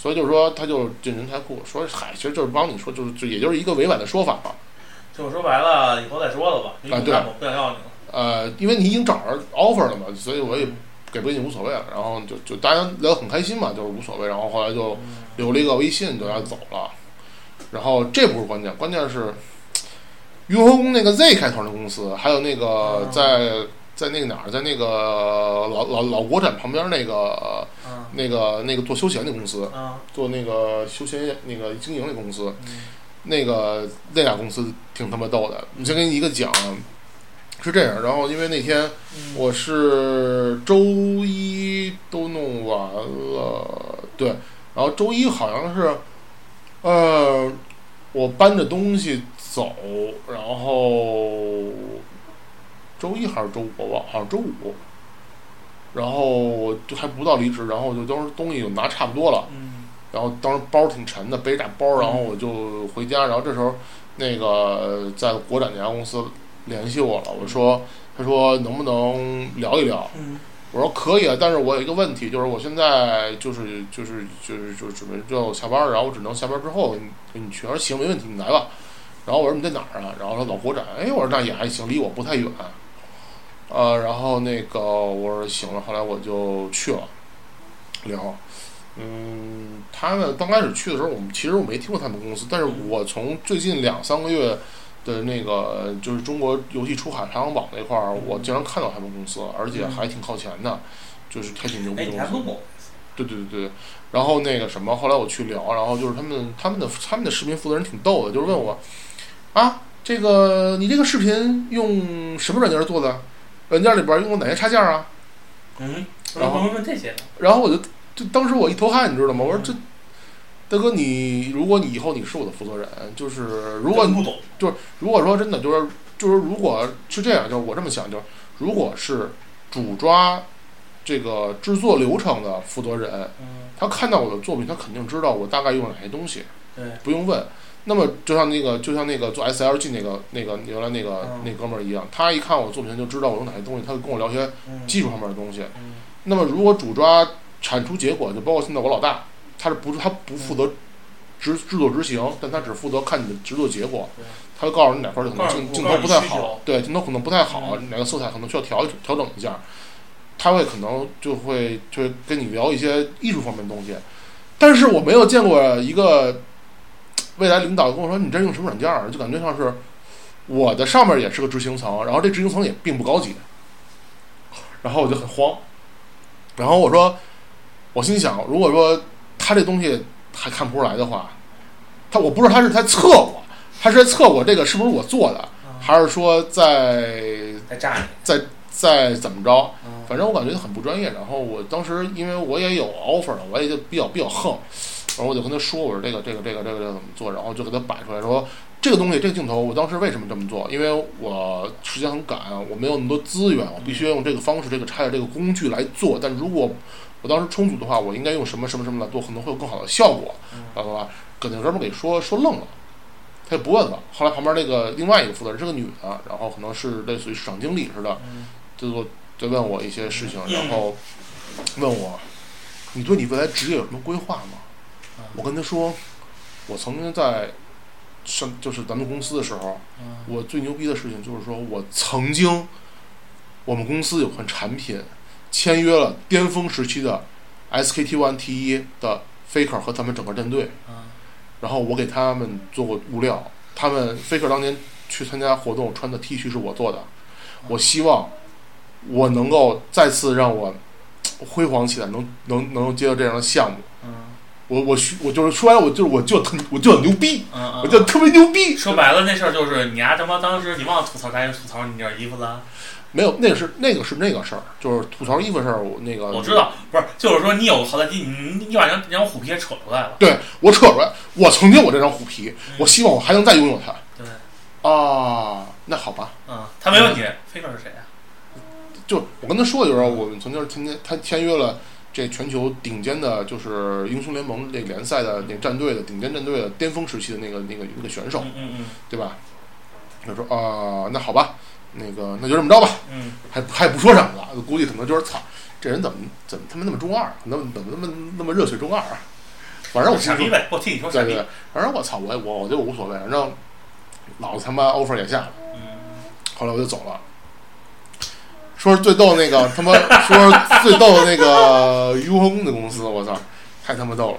B: 所以就是说，他就进人才库，说嗨，其实就是帮你说，就是就也就是一个委婉的说法吧。
C: 就是说白了，以后再说了吧。因为
B: 啊
C: 不
B: 对
C: 干我不想要你了。
B: 呃，因为你已经找着 offer 了嘛，所以我也给不给你无所谓了。然后就就大家聊得很开心嘛，就是无所谓。然后后来就
C: 嗯
B: 留了一个微信，就让他走了。然后这不是关键，关键是雍和宫那个 Z 开头的公司，还有那个
C: 嗯
B: 在在那个哪儿，在那个老老老国展旁边那个
C: 啊
B: 那个那个做休闲的公司，
C: 啊
B: 做那个休闲那个经营的公司，
C: 嗯
B: 那个那俩公司挺他妈逗的。我先给你一个讲啊，是这样。然后因为那天
C: 嗯
B: 我是周一都弄完了，对，然后周一好像是，呃，我搬着东西走，然后周一还是周五我忘，好像周五，然后就还不到离职，然后我就当时东西就拿差不多了，
C: 嗯
B: 然后当时包挺沉的，背着大包，然后我就回家，然后这时候那个呃在国展那家公司联系我了，我说，他说能不能聊一聊？
C: 嗯
B: 我说可以啊，但是我有一个问题，就是我现在就是就是就是就是准备就要下班了，然后我只能下班之后给你给你去。他说行，没问题，你来吧。然后我说你在哪儿啊？然后说老国展。哎，我说那也还行，离我不太远。呃，然后那个我说行了，后来我就去了，聊。嗯，他们刚开始去的时候，我们其实我没听过他们公司，但是我从最近两三个月的那个就是中国游戏出海排行榜那块儿，我经常看到他们公司，而且还挺靠前的，就是还挺
C: 嗯
B: 牛
C: 哎，
B: 逼
C: 你
B: 的
C: 还
B: 公
C: 问
B: 司。
C: 我？
B: 对对对对，然后那个什么，后来我去聊，然后就是他们他们的他们的视频负责人挺逗的，就是问我啊，这个你这个视频用什么软件做的？软件里边用过哪些插件啊？
C: 嗯，我说
B: 然后
C: 不用问这些了。
B: 然后我就就当时我一头汗，你知道吗？我说
C: 嗯
B: 这大哥你，如果你以后你是我的负责人，就是如果
C: 真
B: 你
C: 不懂，
B: 如果说真的就是就是如果是这样，就是我这么想，就是如果是主抓这个制作流程的负责人，
C: 嗯，
B: 他看到我的作品，他肯定知道我大概用了哪些东西，
C: 对，
B: 不用问。那么就像那个就像那个做 SLG 那个那个原来那个、
C: 嗯
B: 那哥们儿一样，他一看我作品他就知道我用哪些东西，他就跟我聊些
C: 嗯，
B: 技术上面的东西。
C: 嗯，
B: 那么如果主抓产出结果，就包括现在我老大，他是不他不负
C: 嗯
B: 责制制作执行，但他只负责看你的制作结果
C: 对，
B: 他会告诉你哪块儿可
C: 告
B: 能
C: 诉
B: 镜
C: 我
B: 镜
C: 告诉
B: 头
C: 你
B: 不太
C: 需
B: 好
C: 求，
B: 对镜头可能不太好，
C: 嗯
B: 哪个色彩可能需要调调整一下，他会可能就会就会跟你聊一些艺术方面的东西，但是我没有见过一个未来领导跟我说你这用什么软件儿，就感觉像是我的上面也是个执行层，然后这执行层也并不高级，然后我就很慌，然后我说，我心想，如果说他这东西还看不出来的话，他我不知道他是在测我，他是在测我这个是不是我做的，
C: 啊
B: 还是说在
C: 在炸你，
B: 在怎么着？
C: 嗯，
B: 反正我感觉很不专业。然后我当时因为我也有 offer 了，我也就比较比较横，然后我就跟他说我说这个这个这个这个这个怎么做，然后就给他摆出来说这个东西这个镜头我当时为什么这么做？因为我时间很赶，我没有那么多资源，我必须要用这个方式、这个插件、这个工具来做。但如果我当时充足的话，我应该用什么什么什么来做，可能会有更好的效果。
C: 嗯
B: 叭叭叭，给那哥们儿给说说愣了，他也不问了。后来旁边那个另外一个负责人是个女的，然后可能是类似于市场经理似的，
C: 嗯
B: 就做就问我一些事情，然后问我，你对你未来职业有什么规划吗？我跟他说，我曾经在上就是咱们公司的时候，
C: 嗯
B: 我最牛逼的事情就是说我曾经我们公司有款产品签约了巅峰时期的 SKT One T 一的 Faker 和他们整个战队。
C: 嗯
B: 然后我给他们做过物料，他们 Faker 当年去参加活动穿的 T 恤是我做的，我希望我能够再次让我嘖辉煌起来，能能能够接到这样的项目。
C: 嗯
B: 我我需我就是说白了，我就是我就很我就很牛逼，
C: 嗯，
B: 我就特别牛逼。
C: 说白了，那事儿就是你丫他妈当时你忘了吐槽啥，就吐槽你那件衣服
B: 啊
C: 了。
B: 没有，那个是那个是那个事儿，就是吐槽衣服事儿，我那个
C: 我知，道，不是，就是说你有好歹你你你把那那张虎皮也扯出来了。
B: 对我扯出来，我曾经我这张虎皮，我希望我还能再拥有它。
C: 嗯对，
B: 啊，那好吧，
C: 嗯，他没问你，飞哥是谁啊？
B: 就我跟他说的时候，我们曾经签他签约了这全球顶尖的，就是英雄联盟这联赛的那战队的顶尖战队的巅峰时期的那个那个那个选手，
C: 嗯嗯
B: 对吧？他说啊、那好吧，那个那就这么着吧，
C: 嗯嗯，
B: 还还不说什么了，估计可能就是操，这人怎么怎么他妈那么中二，那么怎么那么那么热血中二啊？反正我心
C: 傻
B: 里
C: 逼呗，我替你说傻
B: 对
C: 逼
B: 对。，反正我操，我也我我就无所谓，反正老子他妈 offer 也下了。
C: 嗯，
B: 后来我就走了。说是最逗那个他妈，说是最逗那个于和宫的公司，我操，太他妈逗了。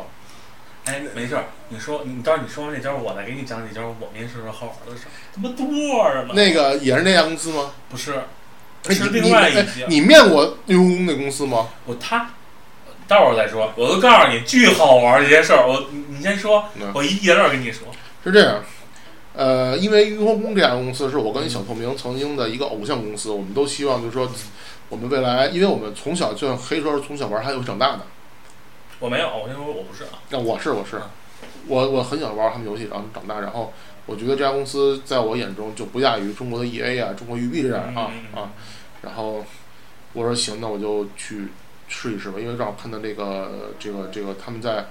C: 哎，没事儿，你说你到时候你说完这招，我再给你讲几招我面试时候好玩的事儿。他妈多着呢，
B: 那个也是那家公司吗？
C: 不是，
B: 哎
C: 嗯是
B: 你
C: 另外一
B: 你哎
C: 家。
B: 你面过于和宫那公司吗？
C: 我他，待会儿再说。我都告诉你，巨好玩儿这些事儿。我你你先说
B: 嗯，
C: 我一一点点跟你说。
B: 是这样，呃，因为于和宫这家公司是我跟小透明曾经的一个偶像公司，我们都希望就是说，我们未来，因为我们从小就可以说是从小玩儿，还有长大的。
C: 我没有，我先说我不是啊。
B: 那我是我是
C: 啊，
B: 我我很想玩他们游戏，然后长大，然后我觉得这家公司在我眼中就不亚于中国的 E A 啊，中国育碧这样
C: 嗯
B: 啊
C: 嗯嗯
B: 啊。然后我说行，那我就去试一试吧，因为让我看到这个这个这个他们在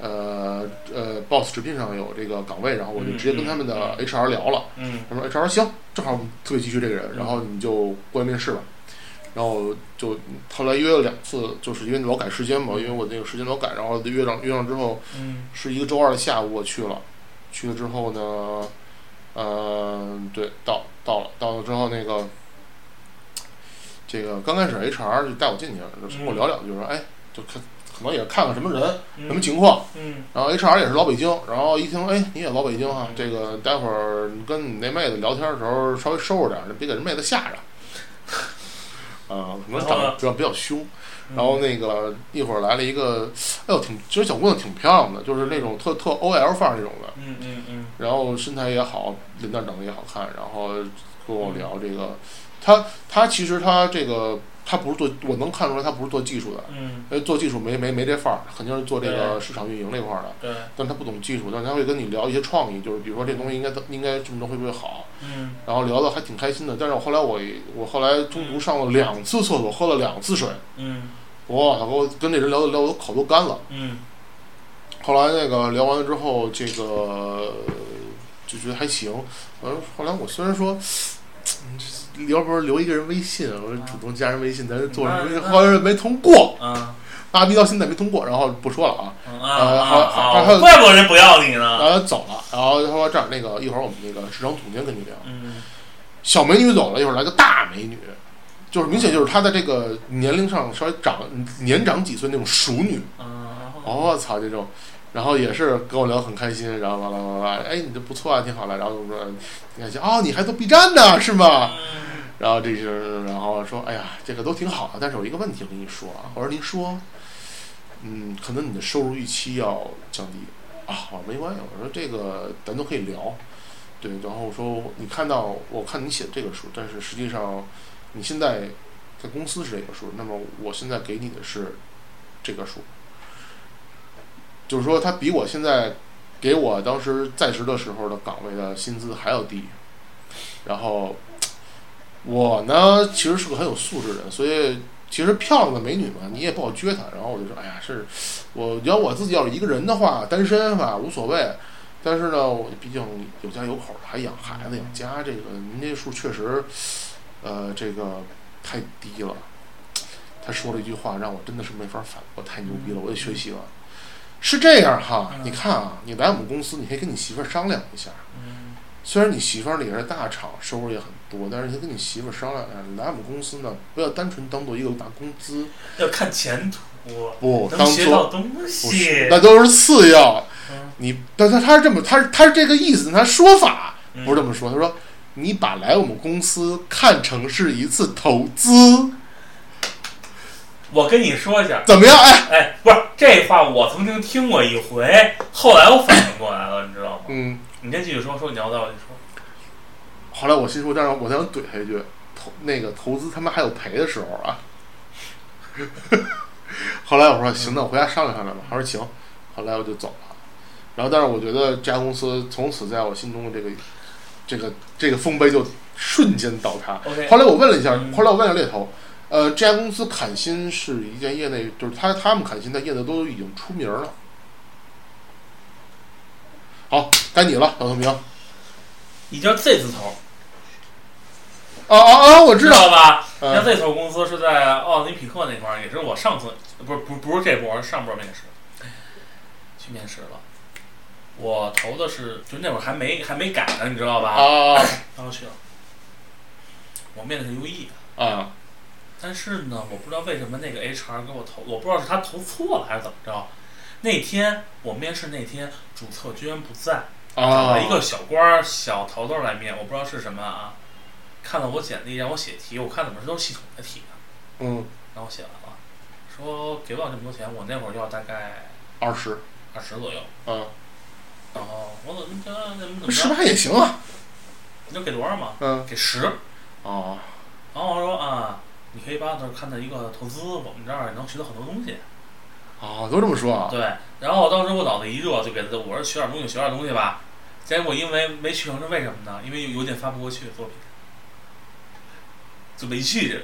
B: 呃呃 Boss 直聘上有这个岗位，然后我就直接跟他们的 H R 聊了。
C: 嗯
B: 他说 HR 行，正好我们特别急需这个人，然后你就过来面试吧。然后就后来约了两次，就是因为劳改时间嘛，因为我那个时间劳改，然后约上约上之后
C: 嗯
B: 是一个周二的下午我去了，去了之后呢，呃，对，到到了到了之后那个。这个刚开始 HR 就带我进去，就跟我聊两句，说哎，就看可能也看看什么人、
C: 嗯
B: 什么情况，
C: 嗯
B: 然后 HR 也是老北京，然后一听，哎，你也老北京啊，这个待会儿你跟你那妹子聊天的时候稍微收拾点儿，别给人妹子吓 着。啊、可能长
C: 然后
B: 得
C: 呢
B: 比较比较凶，
C: 嗯
B: 然后那个一会儿来了一个，哎呦，挺其实小姑娘挺漂亮的，就是那种特特 OL 范儿那种的，
C: 嗯嗯嗯
B: 然后身材也好，脸蛋长得也好看，然后跟我聊这个，她她其实她这个她不是做，我能看出来她不是做技术的，
C: 嗯，
B: 因为做技术没没没这范儿，肯定是做这个市场运营这块儿的。
C: 对，
B: 但他不懂技术，但他会跟你聊一些创意，就是比如说这东西应该怎应该这么着会不会好，
C: 嗯
B: 然后聊的还挺开心的。但是我后来我我后来中途上了两次厕所，喝了两次水，
C: 嗯
B: 哇，给我跟这人聊的聊的口都干了。
C: 嗯
B: 后来那个聊完了之后，这个就觉得还行。完了后来我虽然说。嗯要不然留一个人微信，啊我说主动加人微信，咱就做什么？
C: 那
B: 后来没通过，
C: 啊
B: 阿逼到现在没通过，然后不说了啊。
C: 嗯啊啊
B: 还有啊
C: 啊！怪不得人不要你
B: 然
C: 呢。
B: 后他走了，然后他说这样，那个一会儿我们那个市场总监跟你聊。
C: 嗯
B: 小美女走了，一会儿来个大美女，就是明显就是她在这个年龄上稍微长年长几岁那种熟女。
C: 嗯，然后
B: 哦，我操这种，然后也是跟我聊得很开心，然后完了完了完了，哎你这不错啊，挺好的。然后我说你看哦你还做 B 站呢是吗？
C: 嗯
B: 然后这是然后说哎呀这个都挺好的，但是有一个问题我跟你说啊，我说您说，嗯可能你的收入预期要降低啊，我说没关系，我说这个咱都可以聊。对，然后我说你看到我看你写这个数，但是实际上你现在在公司是这个数，那么我现在给你的是这个数，就是说他比我现在给我当时在职的时候的岗位的薪资还要低。然后我呢，其实是个很有素质的人，所以其实漂亮的美女嘛，你也不好撅她。然后我就说，哎呀，是我要我自己要是一个人的话，单身的话无所谓。但是呢，我毕竟有家有口儿，还养孩子养家，这个您这数确实，呃，这个太低了。他说了一句话，让我真的是没法反驳，太牛逼了，我也学习了。是这样哈，
C: 嗯
B: 你看啊，你来我们公司，你可以跟你媳妇儿商量一下。
C: 嗯
B: 虽然你媳妇儿呢也是大厂，收入也很多，但是他跟你媳妇儿商量，哎来我们公司呢，不要单纯当做一个拿工资，
C: 要看前途，
B: 不
C: 能
B: 当
C: 学到
B: 做
C: 东
B: 不是
C: 西，。
B: 那都是次要。
C: 嗯
B: 你，但他他是这么，他是他是这个意思，他说法
C: 嗯
B: 不是这么说，他说你把来我们公司看成是一次投资，
C: 我跟你说一下，
B: 怎么样？哎，
C: 哎，不是这话，我曾经听过一回，后来我反应过来了，你知道吗？
B: 嗯，
C: 你先继续说，说你要到我就说。
B: 后来我心说，但是我想怼他一句，投那个投资他妈还有赔的时候啊。 后来我说行，那我回家商量商量吧。他说行，后来我就走了。然后，但是我觉得这家公司从此在我心中的这个这个这个丰碑就瞬间倒塌。
C: OK，
B: 后来我问了一下
C: 嗯，
B: 后来我问了猎头，呃，这家公司砍薪是一件业内，就是他他们砍薪在业内都已经出名了。好，该你了，老透明。
C: 你叫 Z 字头，
B: 啊啊啊！我知道，
C: 吧？
B: 嗯
C: 像 Z 头公司是在奥林匹克那块儿，也是我上次不是不是不是这波，是上波面试去面试了。我投的是，就那会儿还没还没改呢，你知道吧？
B: 啊
C: 然后去了，我面的是 E UE，
B: 啊！
C: 但是呢，我不知道为什么那个 HR 给我投，我不知道是他投错了还是怎么着。那天我面试那天，主策居然不在，找
B: 啊，
C: 了一个小官儿、小头头来面，我不知道是什么啊。看到我简历让我写题，我看怎么是都是系统的题啊，
B: 嗯，
C: 然后我写完了，说给不了这么多钱，我那会儿要大概
B: 二十，
C: 二十左右。
B: 嗯，
C: 然后我怎么着怎么怎么
B: 十
C: 着，
B: 八也行啊，
C: 你就给多少嘛？
B: 嗯，
C: 给十。
B: 哦，
C: 然后我说啊，你可以把我看作一个投资，我们这儿也能学到很多东西。
B: 啊，都这么说啊，
C: 对，然后我当时我脑子一热，就给他我说学点东西，学点东西吧。结果因为没去成，是为什么呢？因为有邮件发不过去作品，就没去。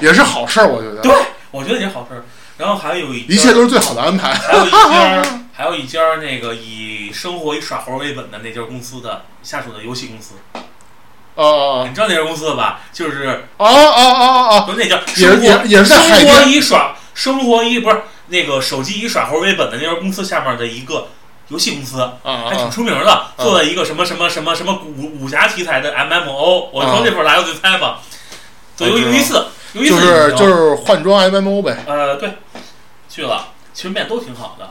B: 也是好事儿，我觉得，
C: 对我觉得也好事儿。然后还有一
B: 一
C: 家
B: 切都是最好的安排。
C: 还有一家还有一家那个以生活与耍猴为本的那家公司的下属的游戏公司，
B: 啊
C: 你知道那家公司吧？就是
B: 啊啊啊啊！
C: 有那叫
B: 也是
C: 生
B: 也
C: 活
B: 是也是在海
C: 生
B: 边
C: 活以耍生活以不是那个手机以耍猴为本的那家公司下面的一个游戏公司，
B: 啊
C: 还挺
B: 啊
C: 出名的，做了一个什么什么什么什么武武侠题材的 MMO。我从
B: 啊
C: 这份来我就猜吧，对，有有一次，有一
B: 嗯就
C: 次
B: 是
C: 你知道
B: 就，是换装 MMO 呗。
C: 呃，对，去了，其实面都挺好的。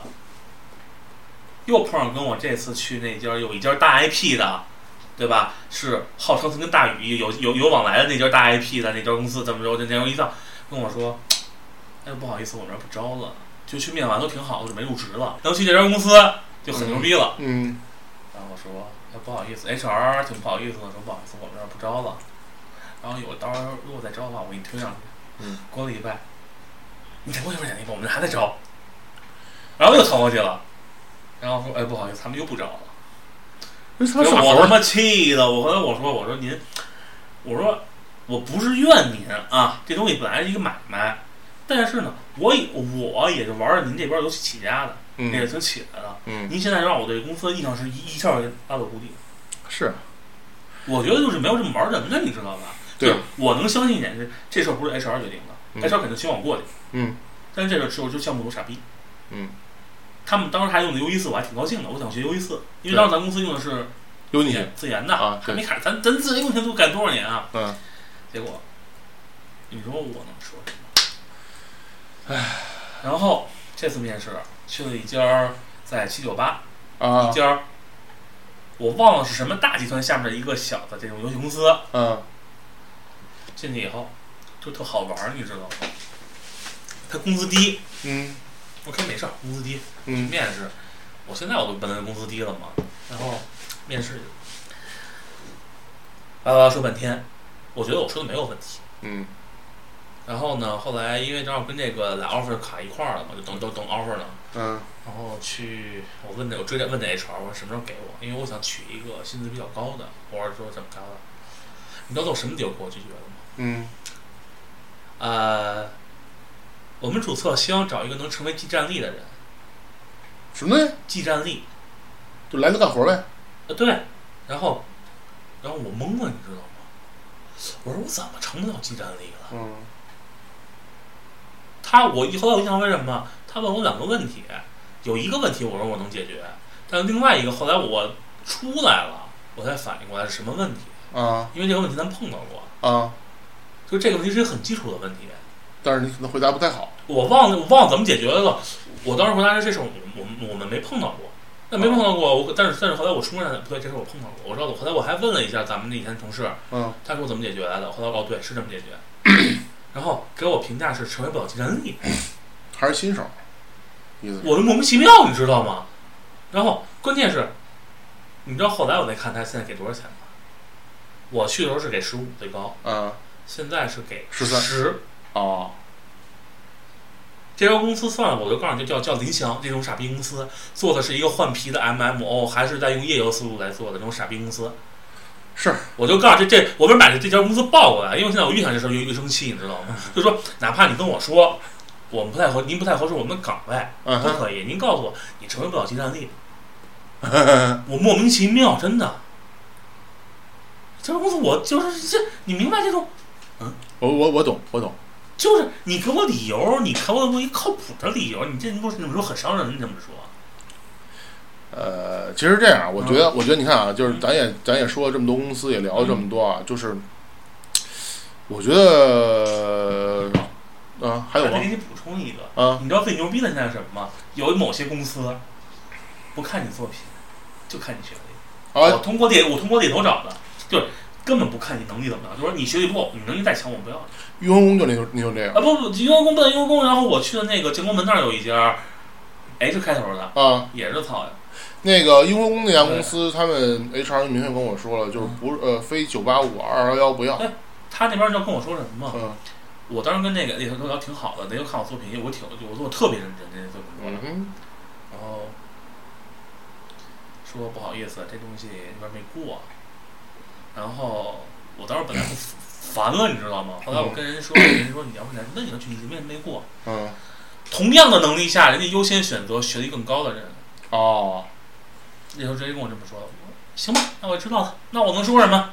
C: 又碰上跟我这次去那家有一家大 IP 的，对吧？是号称跟大宇有有有往来的那家大 IP 的那家公司，怎么着？那家一上跟我说，哎，不好意思，我们这儿不招了，就去面完都挺好，我准备入职了，能去这家公司就很牛逼了。
B: 嗯，
C: 然后我说，哎，不好意思，HR 挺不好意思的，说不好意思，我们这儿不招了。然后有到时候如果再招的话，我给你推上去。
B: 嗯，
C: 过了礼拜，你再过一会儿一个，我们这还在招。然后又传过去了，然后说，哎，不好意思，他们又不招了。
B: 这他
C: 给
B: 妈傻
C: 我
B: 猴
C: 他
B: 儿。
C: 妈气的，我跟我说，我说您，我说我不是怨您啊，这东西本来是一个买卖，但是呢，我也我也是玩儿您这边儿游戏起家的，那个
B: 嗯
C: 挺起来的。
B: 嗯，
C: 您现在让我对公司的印象是一一下就拉到谷底。
B: 是
C: 我觉得就是没有这么玩人的，你知道吧？
B: 对，
C: 我能相信一点是，这事儿不是 HR 决定的、
B: 嗯
C: h r 肯定希望我过去。
B: 嗯，
C: 但是这个时候就项目组傻逼。
B: 嗯，
C: 他们当时还用的 U 一四，我还挺高兴的，我想学 U 一四，因为当时咱公司用的是
B: 有你
C: 自。研自研的，
B: 啊
C: 还
B: 对
C: 没砍，咱咱自研用钱都干多少年啊？
B: 嗯，
C: 结果你说我能说什么？唉，然后这次面试去了一家儿在七九八一
B: 啊
C: 家儿，我忘了是什么大集团下面的一个小的这种游戏公司，
B: 嗯
C: 进去以后就特好玩儿，你知道吗？他工资低，
B: 嗯
C: 我说没事儿，工资低。
B: 嗯
C: 面试，我现在我都本来工资低了嘛，然后面试，巴拉巴拉说半天，我觉得我说的没有问题。
B: 嗯
C: 然后呢，后来因为正好跟这个俩 offer 卡一块儿了嘛，就等等等 offer 呢。
B: 嗯
C: 然后去，我问的我追着问的 HR，我说什么时候给我？因为我想取一个薪资比较高的，或者说怎么着的。你知道我什么理由给我拒绝了吗？
B: 嗯
C: 呃，我们主策希望找一个能成为技战力的人，
B: 什么东西？
C: 技战力，
B: 就来这干活呗。
C: 呃，对，然后，然后我懵了，你知道吗？我说我怎么成不了技战力了？
B: 嗯
C: 他我后来我印象为什么？他问我两个问题，有一个问题我说我能解决，但另外一个后来我出来了，我才反应过来是什么问题，
B: 啊
C: 因为这个问题咱碰到过，
B: 啊！
C: 就这个问题是一个很基础的问题，
B: 但是你可能回答不太好。
C: 我忘了我忘了怎么解决了。我当时回答是这事儿我我们我们没碰到过，那没碰到过。我但是但是后来我出门不对，这事儿我碰到过。我知道，我后来我还问了一下咱们那以前同事，
B: 嗯
C: 他说怎么解决来的。后来哦对，是这么解决。然后给我评价是成为不了竞争力，
B: 还是新手，意思是
C: 我就莫名其妙，你知道吗？然后关键是，你知道后来我再看他现在给多少钱吗？我去的时候是给十五最高，
B: 啊
C: 现在是给
B: 13
C: 十。
B: 哦
C: 这家公司算了，我就告诉你，就叫叫林翔这种傻逼公司，做的是一个换皮的 MMO，还是在用页游思路来做的这种傻逼公司。
B: 是，
C: 我就告诉你这这，我们把这这家公司报过来，因为现在我遇上这事儿越越生气，你知道
B: 嗯
C: 吗？就说哪怕你跟我说，我们不太合，您不太合适我们的岗位，
B: 嗯
C: 都
B: 哼
C: 可以。您告诉我，你成为不了集战力，
B: 呵呵
C: 我莫名其妙，真的。这家公司我就是这，你明白这种，
B: 我我我懂我懂。
C: 就是你给我理由，你给我一靠谱的理由，你这你不是你说很伤人，你怎么说？
B: 呃，其实这样，我觉得，我觉得你看啊，就是咱也咱也说了这么多公司，也聊了这么多啊，就是我觉得，啊，还有
C: 再
B: 吗
C: 给？你补充一个，
B: 啊，
C: 你知道最牛逼的现在是什么吗？有某些公司不看你作品，就看你学历。我
B: 啊，
C: 通过猎，我通过猎头找的，就是根本不看你能力怎么样，就是说你学历多，你能力再强我不要你。
B: 玉皇宫就那就那就这样
C: 啊不不，雍和宫不能雍和宫，然后我去的那个建国门那儿有一家 H 开头的，
B: 啊。
C: 也是操呀，
B: 那个雍和宫那家公司，他们 HR 明确跟我说了，就是不是呃，非九八五二幺幺不要。
C: 他那边儿就跟我说什么吗？
B: 嗯
C: 我当时跟那个猎头聊挺好的，那就看我作品，我挺我做的特别认真，那作品说的
B: 嗯哼
C: 然后说不好意思，这东西那边没过。然后我当时本来就烦了，你知道吗？后来我跟人说，人家说你要不然问一下去，你为什么没过？
B: 嗯
C: 同样的能力下，人家优先选择学历更高的人。
B: 哦，
C: 那时候直接跟我这么说的，我说行吧，那我知道了，那我能说什么？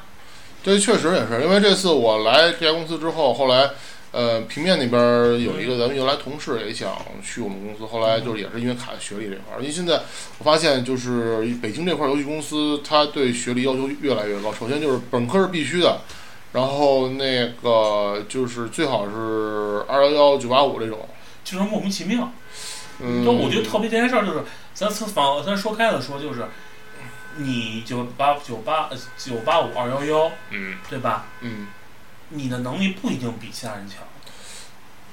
B: 这确实也是，因为这次我来这家公司之后，后来，呃，平面那边儿有一
C: 嗯
B: 个咱们原来同事也想去我们公司，后来就是也是因为卡在学历这块儿，因为现在我发现就是北京这块儿游戏公司，它对学历要求越来越高，首先就是本科是必须的，然后那个就是最好是二幺幺九八五这种，
C: 就是莫名其妙。
B: 嗯，
C: 就我觉得特别这件事儿，就是咱咱反咱说开了说，就是你九八九八九八五二幺幺，
B: 嗯
C: 对吧？
B: 嗯，
C: 你的能力不一定比其他人强。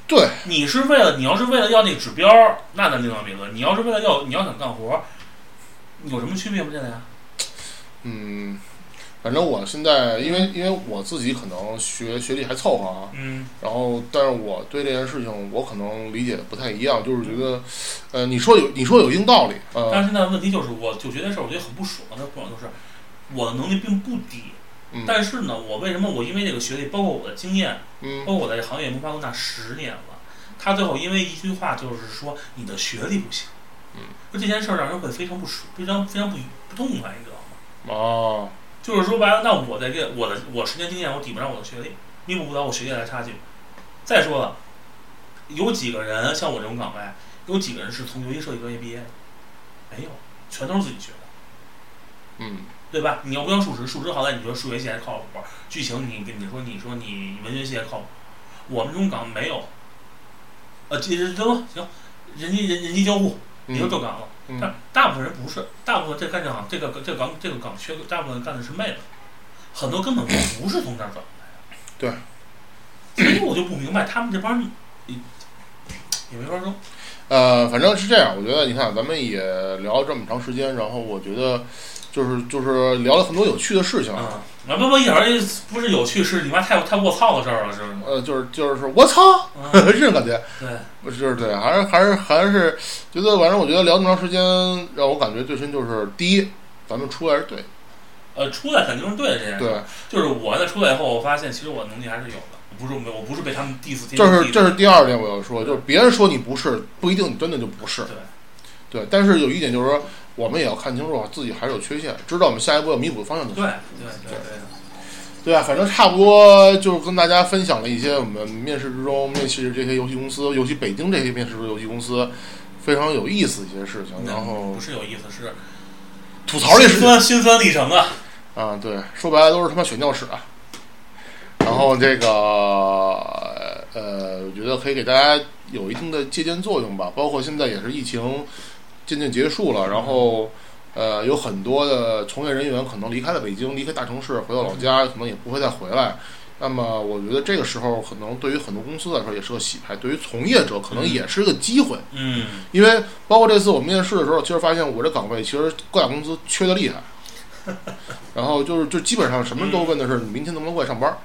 B: 对，
C: 你是为了你要是为了要那个指标，那咱另当别论。你要是为了要你要想干活，有什么区别吗？现在啊，
B: 嗯，反正我现在因为因为我自己可能学学历还凑合啊，
C: 嗯
B: 然后，但是我对这件事情，我可能理解不太一样，就是觉得，呃，你说有你说有硬道理，
C: 但
B: 呃，
C: 是现在问题就是，我就觉得这事儿，我觉得很不爽。那不爽就是我的能力并不低，
B: 嗯
C: 但是呢，我为什么我因为这个学历，包括我的经验，包
B: 嗯
C: 括我在这行业摸爬滚打十年了，他最后因为一句话就是说你的学历不行，
B: 嗯，
C: 就这件事儿让人会非常不舒，非常非常不不痛快，你知道吗？
B: 啊，
C: 就是说白了，那我的这我的我十年经验，我抵不上我的学历，弥补不了我学历的差距。再说了，有几个人像我这种岗位，有几个人是从游戏设计专业毕业的？没有，全都是自己学的，
B: 嗯
C: 对吧？你要不要数值？数值好歹你说数学系还靠谱，剧情你你说你说你文学系还靠谱，我们这种岗没有。呃，这这都行，人机人人机交互，你就
B: 嗯
C: 这岗了。但
B: 嗯
C: 大部分人不是，大部分这干这行，这个这个岗这个岗缺，大部分干的是妹子，很多根本不是从这儿转过来的。对，所以我就不明白他们这帮人，也也没法说。
B: 呃，反正是这样，我觉得你看咱们也聊这么长时间，然后我觉得就是就是聊了很多有趣的事情啊，
C: 嗯，那不不一点儿也不是有趣，是你妈太太卧槽的事儿了，是不
B: 呃，就是就是我操，
C: 是？嗯，
B: 这种感觉，
C: 对，
B: 不是就是对，还是还是还是觉得，反正我觉得聊这么长时间，让我感觉最深就是第一，咱们出来是对，
C: 呃，出来肯定是对的这件事。
B: 对，
C: 就是我在出来以后，我发现其实我能力还是有的，我不是我不是被他们 diss，
B: 这是这是
C: diss
B: 第二点我要说，就是别人说你不是，不一定你真的就不是。
C: 对
B: 对，但是有一点就是说，我们也要看清楚啊自己还是有缺陷，知道我们下一步要弥补的方向就
C: 对
B: 行。
C: 对对对。
B: 对啊，反正差不多就是跟大家分享了一些我们面试之中面试这些游戏公司，尤其北京这些面试的游戏公司非常有意思的一些事情，然后
C: 不是有意思，是
B: 吐槽这
C: 心
B: 事
C: 酸心酸历程啊！
B: 啊，对，说白了都是他妈血尿屎啊。然后这个呃，我觉得可以给大家有一定的借鉴作用吧。包括现在也是疫情渐渐结束了，然后呃，有很多的从业人员可能离开了北京，离开大城市，回到老家，可能也不会再回来。那么我觉得这个时候可能对于很多公司来说也是个洗牌，对于从业者可能也是个机会。
C: 嗯，
B: 因为包括这次我面试的时候，其实发现我这岗位其实各大公司缺的 厉害，然后就是就基本上什么
C: 嗯
B: 都问的是你明天能不能过来上班儿，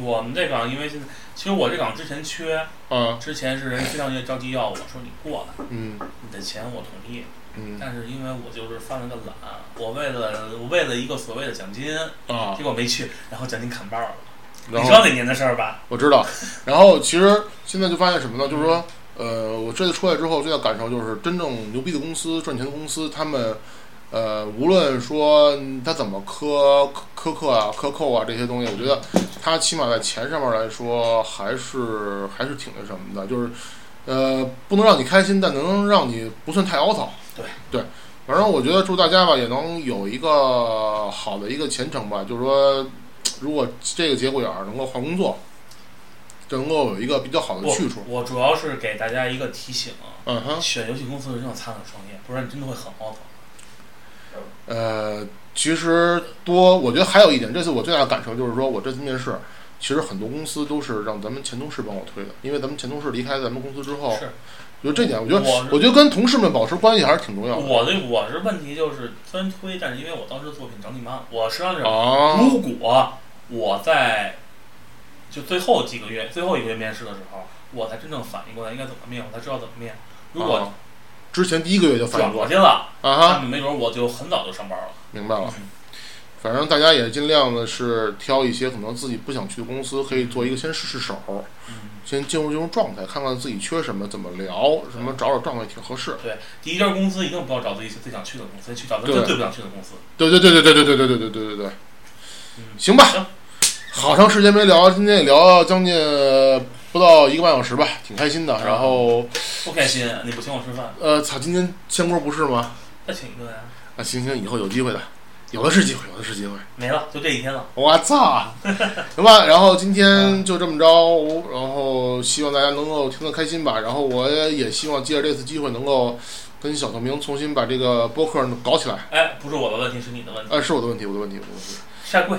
C: 我们这岗因为现在，其实我这岗之前缺，
B: 啊，
C: 之前是人非常着急要我说你过来，
B: 嗯
C: 你的钱我同意，
B: 嗯
C: 但是因为我就是犯了个懒，我为了我为了一个所谓的奖金，
B: 啊，
C: 结果没去，然后奖金砍半了。你
B: 然
C: 知
B: 后
C: 道哪年的事儿吧？
B: 我知道，然后其实现在就发现什么呢？就是说，呃，我这次出来之后最大感受就是，真正牛逼的公司、赚钱的公司，他们。呃，无论说他怎么苛苛刻啊、克扣啊这些东西，我觉得他起码在钱上面来说，还是还是挺那什么的，就是呃，不能让你开心，但能让你不算太凹槽。
C: 对
B: 对，反正我觉得祝大家吧，也能有一个好的一个前程吧。就是说，如果这个节骨眼儿能够换工作，能够有一个比较好的
C: 不
B: 去处，。
C: 我主要是给大家一个提醒啊，
B: 嗯哼，
C: 选游戏公司一定要擦亮双眼，不然你真的会很懊恼。
B: 呃，其实多，我觉得还有一点，这次我最大的感受就是说，我这次面试，其实很多公司都是让咱们前同事帮我推的，因为咱们前同事离开咱们公司之后，
C: 是
B: 我觉得这点，我觉得
C: 我
B: 我觉得跟同事们保持关系还是挺重要的。
C: 我的我是问题就是虽然推，但是因为我当时的作品整体慢，我实际上是
B: 啊，
C: 如果我在就最后几个月、最后一个月面试的时候，我才真正反应过来应该怎么面，我才知道怎么面。如果
B: 啊之前第一个月就反
C: 转
B: 应过
C: 过去了，
B: 啊
C: 那
B: 哈，
C: 没准我就很早就上班了。
B: 明白了
C: 嗯。
B: 反正大家也尽量的是挑一些可能自己不想去的公司，可以做一个先试试手，
C: 嗯，
B: 先进入这种状态，看看自己缺什么，怎么聊，什
C: 嗯
B: 么找找状态挺合适。
C: 第一家公司一定不要找自己最想去的公司，去找自己
B: 对
C: 最不想去的公司。
B: 对对对对对对对对对对对对对
C: 嗯，
B: 行吧。
C: 行
B: 好长时间没聊，今天也聊了将近不到一个半小时吧，挺开心的。然后，
C: 不开心，你不请我吃饭，
B: 呃，操，今天香锅不是吗？
C: 再请一顿啊，
B: 啊，行行，以后有机会的，有的是机会，有的是机会。
C: 没了，就这一天了。
B: 我操，行吧，然后今天就这么着，然后希望大家能够听得开心吧。然后我也希望借着这次机会能够跟小透明重新把这个播客搞起来。
C: 哎，不是我的问题，是你的问题。
B: 呃，是我的问题，我的问题，我的问题。
C: 下跪，